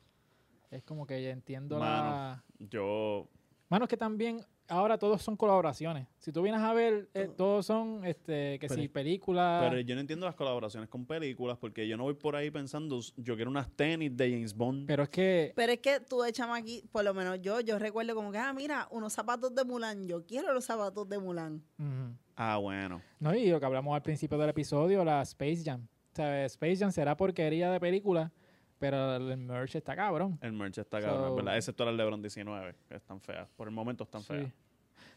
A: Es como que ya entiendo
B: Mano.
A: la...
B: Yo.
A: Manos que también ahora todos son colaboraciones. Si tú vienes a ver, eh,
C: Todo.
A: todos son este, que
B: Pero-
A: si películas...
B: Pero yo no entiendo las colaboraciones con películas porque yo no voy por ahí pensando, yo quiero unas tenis de James Bond.
A: Pero es que
C: Pero es que tú de aquí, por lo menos yo, yo recuerdo como que, ah, mira, unos zapatos de Mulan. Yo quiero los zapatos de Mulan.
A: Ujú.
B: Ah, bueno.
A: No, y lo que hablamos al principio del episodio, la Space Jam. O sea, Space Jam será porquería de película, pero el merch está cabrón.
B: El merch está cabrón,
A: So-
B: ¿verdad? Excepto las LeBron 19, que están feas. Por el momento están feas.
A: Sí.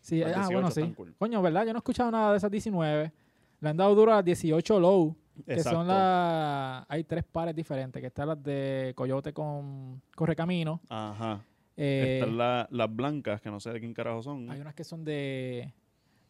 A: Sí,
B: Las
A: ah, bueno,
B: 18
A: sí.
B: están cool.
A: Coño, ¿verdad? Yo no he escuchado nada de esas 19. Le han dado duro a las 18 low, que
B: Exacto.
A: son las... Hay tres pares diferentes, que están las de Coyote con Correcamino.
B: Ajá.
A: Eh,
B: Están la- las blancas, que no sé de quién carajo son.
A: Hay unas que son de...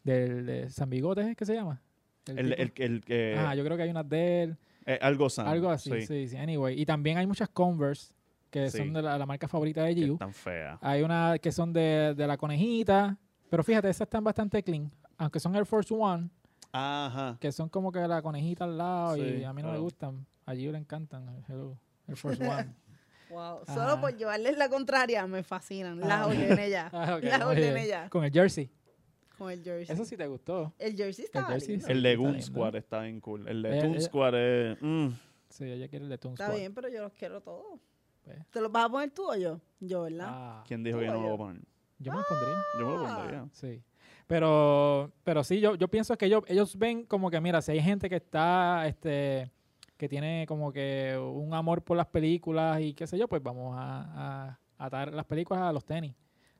A: Del, de San Bigotes, ¿es que se llama?
B: El, el,
A: tipo.
B: el que-
A: ah, yo creo que hay unas de él.
B: eh, algo Sam.
A: Algo así, sí. sí, Anyway, y también hay muchas Converse que
B: Sí.
A: son de la, la marca favorita de
B: que
A: Giu.
B: están feas.
A: Hay unas que son de, de la conejita, pero fíjate, esas están bastante clean. Aunque son Air Force One,
B: Ajá.
A: Ah, que son como que la conejita al lado
B: Sí,
A: y a mí no me
B: claro.
A: gustan. A Giu le encantan. Hello, Air Force One.
C: Wow.
A: Ajá.
C: Solo por llevarles la contraria me fascinan. Las
A: Ah.
C: ordené ya.
A: Ah, ok,
C: las
A: muy bien.
C: ordené ya
A: Con el jersey.
C: con el jersey.
A: Eso sí te gustó.
C: El jersey está
A: jersey
C: lindo.
A: sí.
B: El de
A: está
B: Goon
A: lindo.
B: Squad está bien cool. El de
A: Eh,
B: Toon
A: eh.
B: Squad es. mm.
A: Sí, ella quiere el de Toon
C: Está
A: Squad.
C: bien, pero yo los quiero todos.
A: Pues.
C: ¿Te los vas a poner tú o yo? Yo, ¿verdad?
A: Ah,
B: ¿Quién dijo que yo no lo voy a poner?
A: yo me lo pondría.
B: Yo me lo
C: Ah.
B: pondría.
A: Sí. Pero, pero sí, yo, yo pienso que ellos, ellos ven como que, mira, si hay gente que está, este, que tiene como que un amor por las películas y qué sé yo, pues vamos a, a atar las películas a los tenis.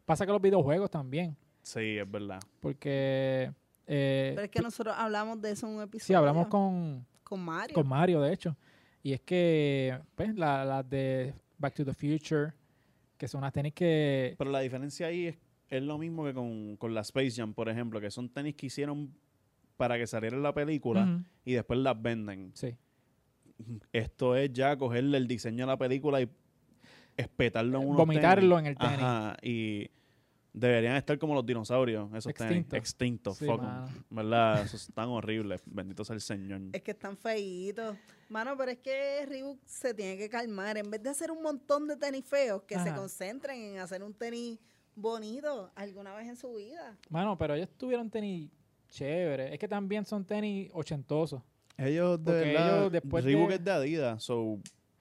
A: Pasa que los videojuegos también,
B: Sí, es verdad.
A: porque eh,
C: Pero es que nosotros hablamos de eso en un episodio.
A: sí, hablamos con,
C: con Mario.
A: con Mario, de hecho. Y es que, pues, la- las de Back to the Future, que son unas tenis que...
B: Pero la diferencia ahí es, es lo mismo que con, con la Space Jam, por ejemplo, que son tenis que hicieron para que saliera la película
A: Ujú,
B: y después las venden.
A: sí.
B: Esto es ya cogerle el diseño a la película y espetarlo en unos
A: Vomitarlo en
B: tenis.
A: el tenis.
B: Ajá, y deberían estar como los dinosaurios, esos
A: Extinto.
B: tenis. Extintos.
A: Sí,
B: fuck 'em.
A: mano.
B: ¿Verdad? Eso es tan horrible. Bendito sea el Señor.
C: Es que están feitos. Mano, pero es que Reebok se tiene que calmar. En vez de hacer un montón de tenis feos, que se
A: Ajá.
C: concentren en hacer un tenis bonito alguna vez en su vida.
A: Mano, pero ellos tuvieron tenis chévere. Es que también son tenis ochentosos.
B: Ellos de
A: Porque
B: verdad,
A: ellos después
B: Reebok
A: de-
B: es de Adidas, so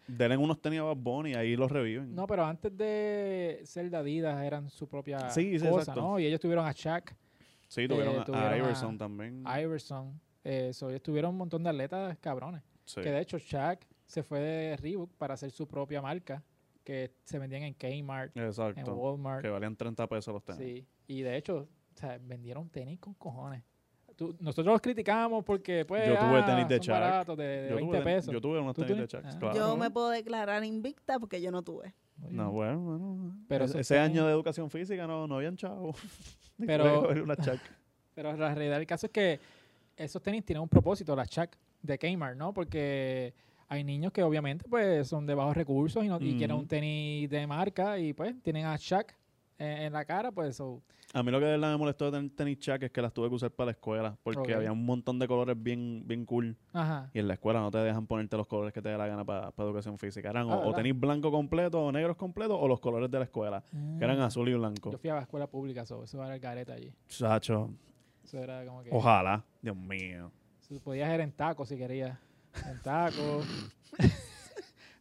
B: denle unos tenis a Bad Bunny y ahí los reviven.
A: No, pero antes de ser de Adidas eran su propia
B: Sí, sí,
A: cosa,
B: exacto.
A: ¿no? Y ellos tuvieron a Shaq,
B: sí, tuvieron,
A: eh,
B: a-
A: tuvieron
B: a
A: a-
B: Iverson también.
A: Iverson. eh, so, ellos tuvieron un montón de atletas cabrones.
B: Sí.
A: Que de hecho Shaq se fue de Reebok para hacer su propia marca que se vendían en Kmart, en
B: Exacto.
A: Walmart.
B: Que valían 30 pesos los tenis.
A: Sí. Y de hecho, o sea, vendieron tenis con cojones. Tú- nosotros los criticamos porque pues
B: Yo tuve
A: ah,
B: tenis de
A: son
B: Shaq.
A: baratos, de, de
B: Yo,
A: 20
B: tuve,
A: pesos.
B: yo tuve unos
A: ¿Tú
B: tenis de
A: tienes?
B: Chucks,
A: Ah.
B: claro.
C: Yo me puedo declarar invicta porque yo no tuve.
A: Muy
B: No,
A: bien.
B: bueno, bueno.
A: Pero
B: ese
A: esos
B: ese año
A: tenis-
B: de educación física no, no habían chavo. Ni
A: Pero-
B: podía coger una Chuck.
A: Pero la realidad del caso es que esos tenis tienen un propósito, las Chuck de Kmart, ¿no? Porque hay niños que obviamente pues son de bajos recursos y, no, y quieren
B: Ujú.
A: un tenis de marca y pues tienen a Chuck eh, en la cara, pues eso.
B: A mí lo que de verdad me molestó de tener tenis Chuck es que las tuve que usar para la escuela. Porque
A: Ok.
B: había un montón de colores bien, bien cool.
A: Ajá.
B: Y en la escuela no te dejan ponerte los colores que te dé la gana para educación física. Eran o-
A: Ah,
B: o,
A: ¿verdad?
B: tenis blanco completo o negros completos o los colores de la escuela. Que eran azul y blanco.
A: Ah. Yo fui a la escuela pública, so, eso era el gareta allí.
B: Chacho,
A: Eso era como que...
B: ojalá. Dios mío.
A: so, podías ir en tacos si querías. En tacos.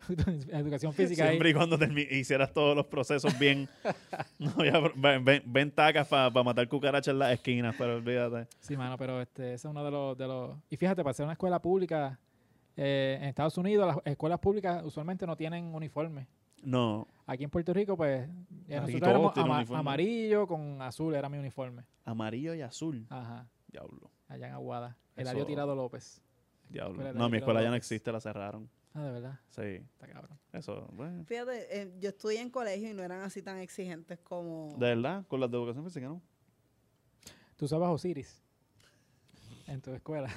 A: Educación física ahí.
B: Siempre y cuando termi- hicieras todos los procesos bien. no, ya, pero ven, ven- ven tacas para matar cucarachas en las esquinas, pero olvídate.
A: Sí, mano, pero este, ese es uno de los, de los... Y fíjate, para ser una escuela pública, eh, en Estados Unidos las escuelas públicas usualmente no tienen uniforme.
B: No,
A: Aquí en Puerto Rico, pues, eh, nosotros
B: todos
A: éramos
B: tienen
A: ama-
B: uniforme.
A: amarillo con azul, era mi uniforme.
B: amarillo y azul.
A: Ajá,
B: Diablo,
A: allá en Aguada. El
B: Eso-
A: área Tirado López.
B: diablo.
A: Escuela de
B: No, mi escuela ya no
A: López.
B: existe, la cerraron.
A: Ah, de verdad,
B: Sí,
A: está cabrón.
B: eso, bueno.
C: Fíjate, eh, yo estudié en colegio y no eran así tan exigentes como...
B: De verdad, con las de educación física, ¿no?
A: ¿Tú usabas Osiris en tu escuela?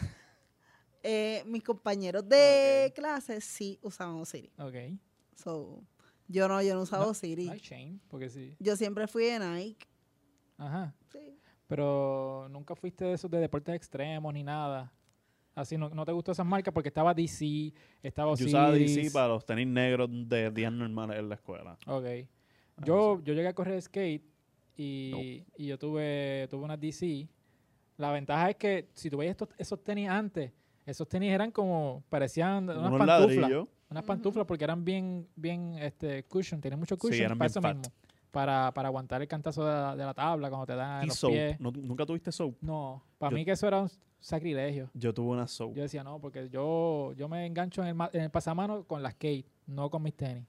C: Eh, mis compañeros de clase sí usaban Osiris.
A: Ok.
C: So, yo no, yo no usaba
A: No,
C: Osiris.
A: No hay shame, porque sí.
C: Yo siempre fui de Nike.
A: Ajá.
C: Sí.
A: Pero nunca fuiste de esos de deportes extremos ni nada. Así, no, no te gustó esas marcas porque estaba DC, estaba
B: Yo
A: Osiris.
B: usaba DC para los tenis negros de días normales en la escuela.
A: Ok.
B: Ah,
A: Yo, yo llegué a correr skate y, y yo tuve, tuve una DC. La ventaja es que si tú veías estos- esos tenis antes, esos tenis eran como, parecían unas
B: Unos
A: pantuflas.
B: ladrillos.
A: Unas
C: Ujú.
A: pantuflas porque eran bien, bien, este, cushion, tenían mucho
B: Sí,
A: cushion
B: eran
A: para
B: bien
A: eso
B: fat.
A: mismo. Para, para aguantar el cantazo de la, de la tabla cuando te dan en
B: Y
A: Ah, los
B: soap.
A: pies.
B: ¿No- ¿Nunca tuviste soap?
A: No, para
B: Yo-
A: mí que eso era un sacrilegio.
B: Yo tuve una soap.
A: Yo decía, no, porque yo, yo me engancho en el, ma- en el pasamano con las skate, no con mis tenis.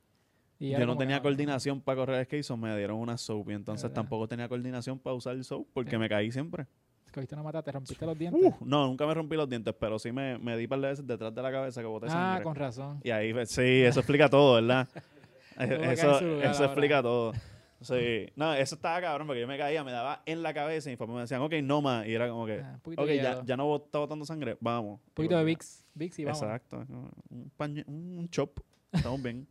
A: Y era
B: Yo no
A: como que, "Ah,
B: tenía
A: no, no.
B: coordinación para correr skate, so me dieron una soap. Y entonces
A: ¿Verdad?
B: tampoco tenía coordinación para usar el soap porque
A: Sí.
B: me caí siempre.
A: Cogiste una mata, te rompiste los dientes.
B: Uh, no, nunca me rompí los dientes, pero sí me, me di par de veces detrás de la cabeza que boté
A: Ah,
B: sangre.
A: con razón.
B: Y ahí, pues, sí, eso explica todo, ¿verdad? Eh,
A: Todo va a caer en
B: eso
A: su lugar
B: eso
A: ahora.
B: explica todo. Sí. No, eso estaba cabrón porque yo me caía, me daba en la cabeza y mis papás me decían, ok, no más. Y era como que,
A: Ah, un poquito
B: Eh, ok,
A: de
B: ya,
A: hielo,
B: ya no bot- está botando sangre, vamos.
A: un poquito de
B: Porque-
A: Vicks, Vicks y vamos.
B: Exacto. Un, pañe- un chop. Estamos bien,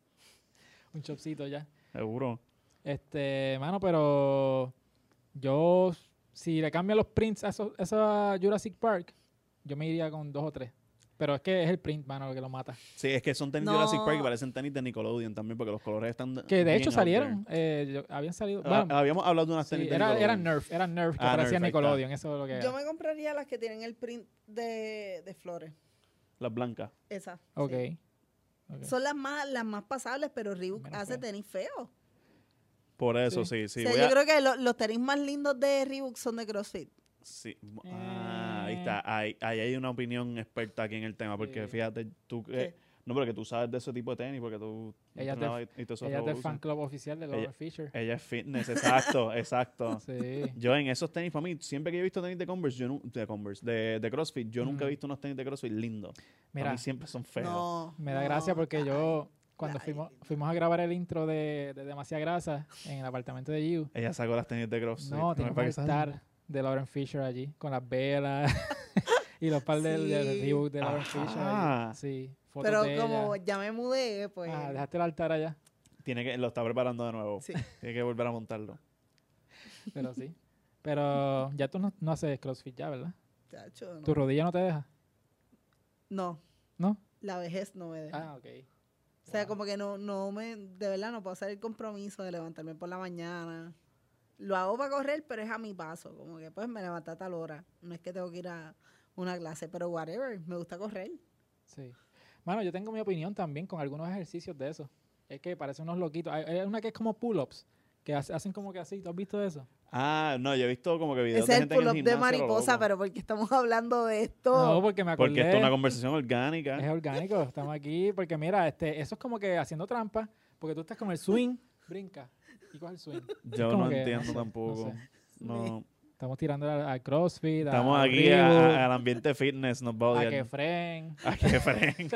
A: Un chopcito ya.
B: seguro.
A: Este, mano, pero yo, si le cambian los prints a, esos- a esa Jurassic Park, yo me iría con dos o tres. Pero es que es el print, mano, lo que lo mata.
B: Sí, es que son tenis de Jurassic Park y
C: No.
B: parecen tenis de Nickelodeon también porque los colores están.
A: Que de
B: bien
A: hecho
B: out
A: salieron, eh, yo- habían salido.
B: there.
A: Bueno,
B: Ah, Habíamos hablado de unas
A: sí,
B: tenis de
A: era,
B: Nickelodeon.
A: eran Nerf, eran Nerf que
B: Ah,
A: parecían
B: Nerf, ahí está.
A: Nickelodeon, eso es lo que
C: Yo
A: era.
C: me compraría las que tienen el print de, de flores.
B: Las blancas.
C: Esas. sí.
A: Ok. ok.
C: Son las más, las más pasables, pero Reebok
A: Menos
C: hace
A: feas.
C: tenis feos.
B: Por eso,
A: Sí.
B: sí, sí.
C: O sea,
B: voy
C: yo
B: a-
C: creo que lo- los tenis más lindos de Reebok son de CrossFit.
B: sí.
C: Eh.
B: Ah, ahí está. Ahí, ahí hay una opinión experta aquí en el tema porque
A: Sí.
B: fíjate, tú. eh, no, porque tú sabes de ese tipo de tenis porque tú.
A: Ella es del-
B: entrenabas y- y todo eso
A: Ella es del fan
B: revolution.
A: club oficial de Lauren
B: Ella-
A: Fisher.
B: Ella es fitness, exacto, exacto.
A: Sí.
B: Yo en esos tenis, para mí, siempre que yo he visto tenis de Converse, yo nu- de Converse, de, de CrossFit, yo nunca he
A: Mm.
B: visto unos tenis de CrossFit lindos. Para
A: Mira,
B: mí siempre son feos.
C: No.
A: Me da
C: no, ah,
A: gracia porque yo, cuando
C: ay,
A: fuimos,
C: linda.
A: fuimos a grabar el intro de, de Demasiada Grasa en el apartamento de Yu,
B: Ella sacó las tenis de CrossFit.
A: no,
B: Oh, me
A: teníamos que
B: parece-
A: estar de Lauren Fisher allí, con las velas y los par de, de
C: Sí.
A: Reebok de Lauren
B: Ajá.
A: Fisher. allí. Sí, fotos
C: Pero
A: de
C: como
A: ella.
C: ya me mudé, pues.
A: Ah, dejaste el altar allá,
B: Tiene que, lo está preparando de nuevo.
C: Sí.
B: Tiene que volver a montarlo.
A: pero sí. Pero ya tú no, no haces CrossFit ya, ¿verdad?
C: chacho, no.
A: ¿Tu rodilla no te deja?
C: No,
A: ¿No?
C: la vejez no me deja.
A: Ah, ok.
C: o sea,
A: wow.
C: como que no, no me, de verdad no puedo hacer el compromiso de levantarme por la mañana. Lo hago para correr, pero es a mi paso. Como que pues me levanté a tal hora. No es que tengo que ir a una clase, pero whatever, me gusta correr.
A: Sí. Mano, yo tengo mi opinión también con algunos ejercicios de eso. Es que parecen unos loquitos. Hay, hay una que es como pull-ups, que hace- hacen como que así. ¿Tú has visto eso?
B: Ah, no, yo he visto como que videos
C: Ese
B: de
C: es el
B: gente en el
C: pull-up de
B: gimnasio, lo
C: mariposa,
B: loco.
C: pero porque estamos hablando de esto.
A: No, porque me acordé.
B: Porque esto es una conversación orgánica.
A: Es orgánico, estamos aquí. Porque mira, este, eso es como que haciendo trampa, porque tú estás con el swing, brinca. ¿Y cuál es el swing?
B: Yo
A: como
B: no
A: que-
B: entiendo
A: no sé,
B: tampoco.
A: no
B: No,
A: sé. Estamos tirando al, al CrossFit. a-
B: Estamos
A: al
B: aquí a- a-
A: Reebok,
B: al ambiente fitness, nos va a
A: a,
B: odiar.
A: que fren.
B: ¿A qué fren?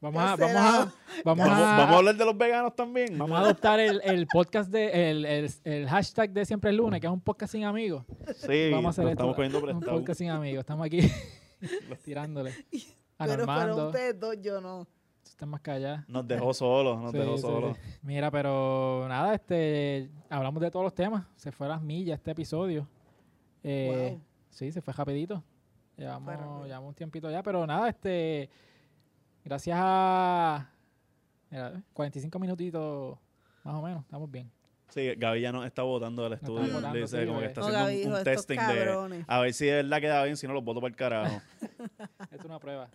A: Vamos a, vamos
C: Cancelado.
A: a, vamos
B: ¿Vamos,
A: a,
B: vamos a hablar de los veganos también.
A: Ah. vamos a adoptar el, el podcast de el, el, el hashtag de siempre es lunes, que es un podcast sin amigos.
B: Sí,
A: vamos a hacer
B: lo
A: esto.
B: estamos cogiendo
A: Un
B: prestado.
A: podcast sin amigos. Estamos aquí tirándole. A
C: pero fueron
A: Normando.
C: ustedes dos, yo no.
A: tú estás más callada.
B: Nos dejó solos, nos
A: Sí,
B: dejó
A: sí,
B: solos.
A: sí. Mira, pero nada, este, hablamos de todos los temas. Se fue a las millas este episodio. Eh,
C: Wow.
A: Sí, se fue rapidito. Llevamos,
C: rápido.
A: llevamos un tiempito ya, pero nada, este, gracias a mira, 45 minutitos más o menos, estamos bien.
B: Sí, Gaby ya nos está votando del
A: está
B: estudio.
A: botando,
B: Le dice
A: sí,
B: como que
A: bebé.
B: está
C: No,
B: haciendo
C: Gaby
B: un,
C: dijo,
B: un
C: estos
B: testing de...
C: cabrones.
B: A ver si de verdad queda bien, si no los voto para el carajo.
A: Es una prueba.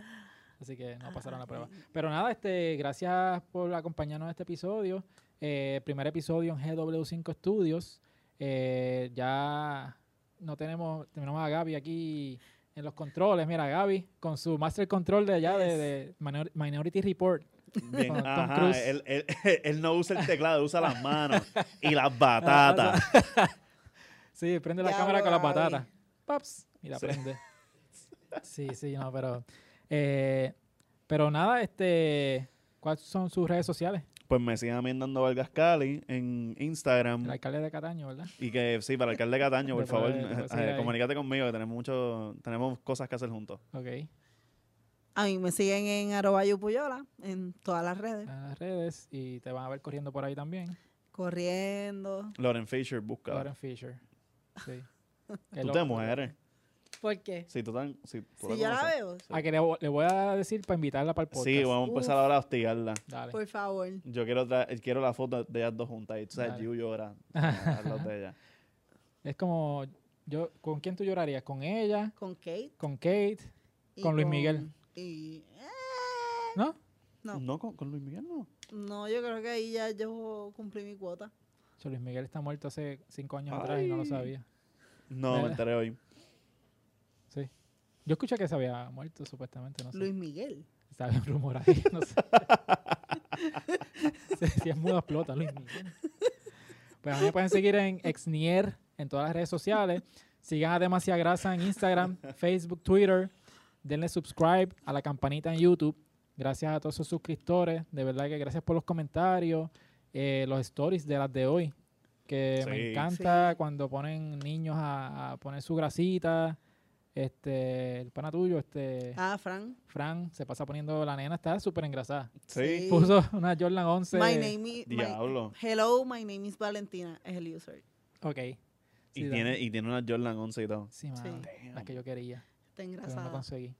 A: Así que no pasaron la prueba. Pero nada, este, gracias por acompañarnos en este episodio. Eh, primer episodio en GW5 Studios. Eh, ya no tenemos, tenemos a Gaby aquí en los controles. Mira, Gaby con su Master Control de allá de, de Minor- Minority Report.
B: Bien,
A: Con Tom Cruise.
B: ajá. Él, él- él no usa el teclado, usa las manos y las batatas.
A: Sí, prende la
C: Ya
A: cámara
C: lo
A: con las
C: abrí.
A: patatas. Paps. Y la
B: Sí.
A: prende. Sí, sí, no, pero. eh, pero nada, este. ¿Cuáles son sus redes sociales?
B: pues me sigan a mí en Dando Vargas Cali en Instagram.
A: El alcalde de Cataño, ¿verdad?
B: Y que sí, para el alcalde de Cataño, por
A: Te
B: favor,
A: puede- te puede
B: eh,
A: seguir ahí.
B: comunícate conmigo, que tenemos mucho, tenemos cosas que hacer juntos.
A: Ok.
C: A mí me siguen en arroba yupuyola, en todas las redes.
A: En las redes y te van a ver corriendo por ahí también.
C: Corriendo.
B: Lauren Fisher, busca.
A: Lauren Fisher. Sí. Que
B: tú
A: lo-
B: te mueres.
C: ¿Por qué?
B: Si tú tan, si tú
C: Si yo la
B: conoces.
C: veo,
A: Ah, que le, vo- le voy a decir para invitarla para el podcast.
B: Sí, vamos a empezar ahora a hostigarla.
A: Dale.
C: por favor.
B: Yo quiero tra- eh, quiero la foto de ellas dos juntas. Y tú sabes,
A: Dale.
B: Yu llora al lado de ella.
A: Es como, yo, ¿con quién tú llorarías? ¿Con ella?
C: Con Kate.
A: ¿Con Kate?
C: y
A: Con Luis Miguel.
C: Y, eh,
A: ¿No?
C: No.
B: No, con, con Luis Miguel no.
C: no, yo creo que ahí ya yo cumplí mi cuota.
A: Che, Luis Miguel está muerto hace cinco años atrás y no lo
B: Ay.
A: sabía.
B: No, me
A: ¿Verdad?
B: enteré hoy.
A: Sí. Yo escuché que se había muerto, supuestamente, no sé.
C: Luis Miguel.
A: Estaba un rumor ahí, no sé. si, si es mudo, explota, Luis Miguel. Pues a mí me pueden seguir en Exnier, en todas las redes sociales. Sigan a Demasiada Grasa en Instagram, Facebook, Twitter. Denle subscribe a la campanita en YouTube. Gracias a todos sus suscriptores. De verdad que gracias por los comentarios, eh, los stories de las de hoy. Que
B: Sí.
A: me encanta
C: Sí.
A: cuando ponen niños a, a poner su grasita. Este, el pana tuyo, este.
C: Ah, Fran.
A: Fran se pasa poniendo la nena, está súper engrasada.
B: Sí.
C: Sí.
A: Puso una Jordan 11.
C: My name is. my-
B: Diablo.
C: hello, my name is Valentina. Es el user.
A: Ok.
B: Y,
A: Sí,
B: tiene,
A: dale.
B: y tiene una Jordan 11 y todo.
A: Sí, mano,
B: Damn.
A: las que yo quería,
C: Está
A: pero no
C: engrasada.
A: conseguí.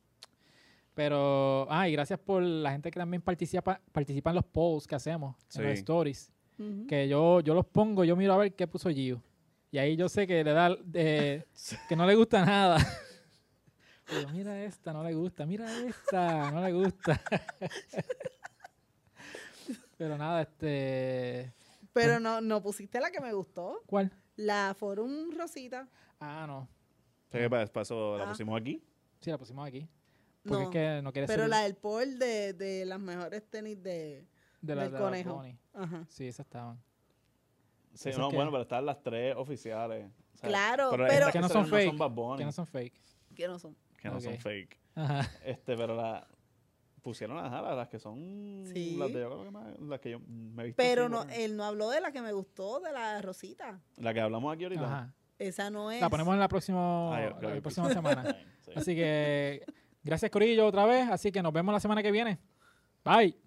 A: Pero, ah, y gracias por la gente que también participa, participa en los polls que hacemos, en los
B: Sí.
A: stories.
C: Ujú.
A: Que yo, yo los pongo, yo miro a ver qué puso Gio. Y ahí yo sé que le da, eh, que no le gusta nada. Pero mira esta, no le gusta. Mira esta, no le gusta. Pero nada, este...
C: Pero no, no pusiste la que me gustó.
A: ¿Cuál?
C: La Forum Rosita.
A: Ah, no.
B: Sí, que para, para eso la
C: Ah.
B: pusimos aquí.
A: Sí, la pusimos aquí. Porque
C: No.
A: es que no quiere
C: pero
A: ser
C: la del Paul de, de las mejores tenis de.
A: de la,
C: del
A: de la
C: conejo.
A: Pony.
C: Ajá.
A: Sí, esas estaban.
B: Sí,
A: Esas
B: no,
A: que-
B: bueno, pero están las tres oficiales. o sea,
C: Claro, pero,
B: estas
A: Que no
B: salieron
A: son fake,
B: Bad Bunny,
A: Que no son fake.
C: que no son.
B: son
A: Ok.
B: fake.
A: Ajá.
B: Este, pero la pusieron ajá, las, las que son
C: Sí.
B: las, de yo creo que más- las que yo me he visto.
C: Pero
B: así,
C: no, eh,
B: porque-
C: él no habló de la que me gustó, de la Rosita.
B: La que hablamos aquí ahorita.
A: Ajá.
C: Esa no es.
A: La ponemos en la próxima,
B: Ah, yo creo
A: la
B: que-
A: próxima semana.
B: Sí.
A: Así que gracias Corillo otra vez. Así que nos vemos la semana que viene. Bye.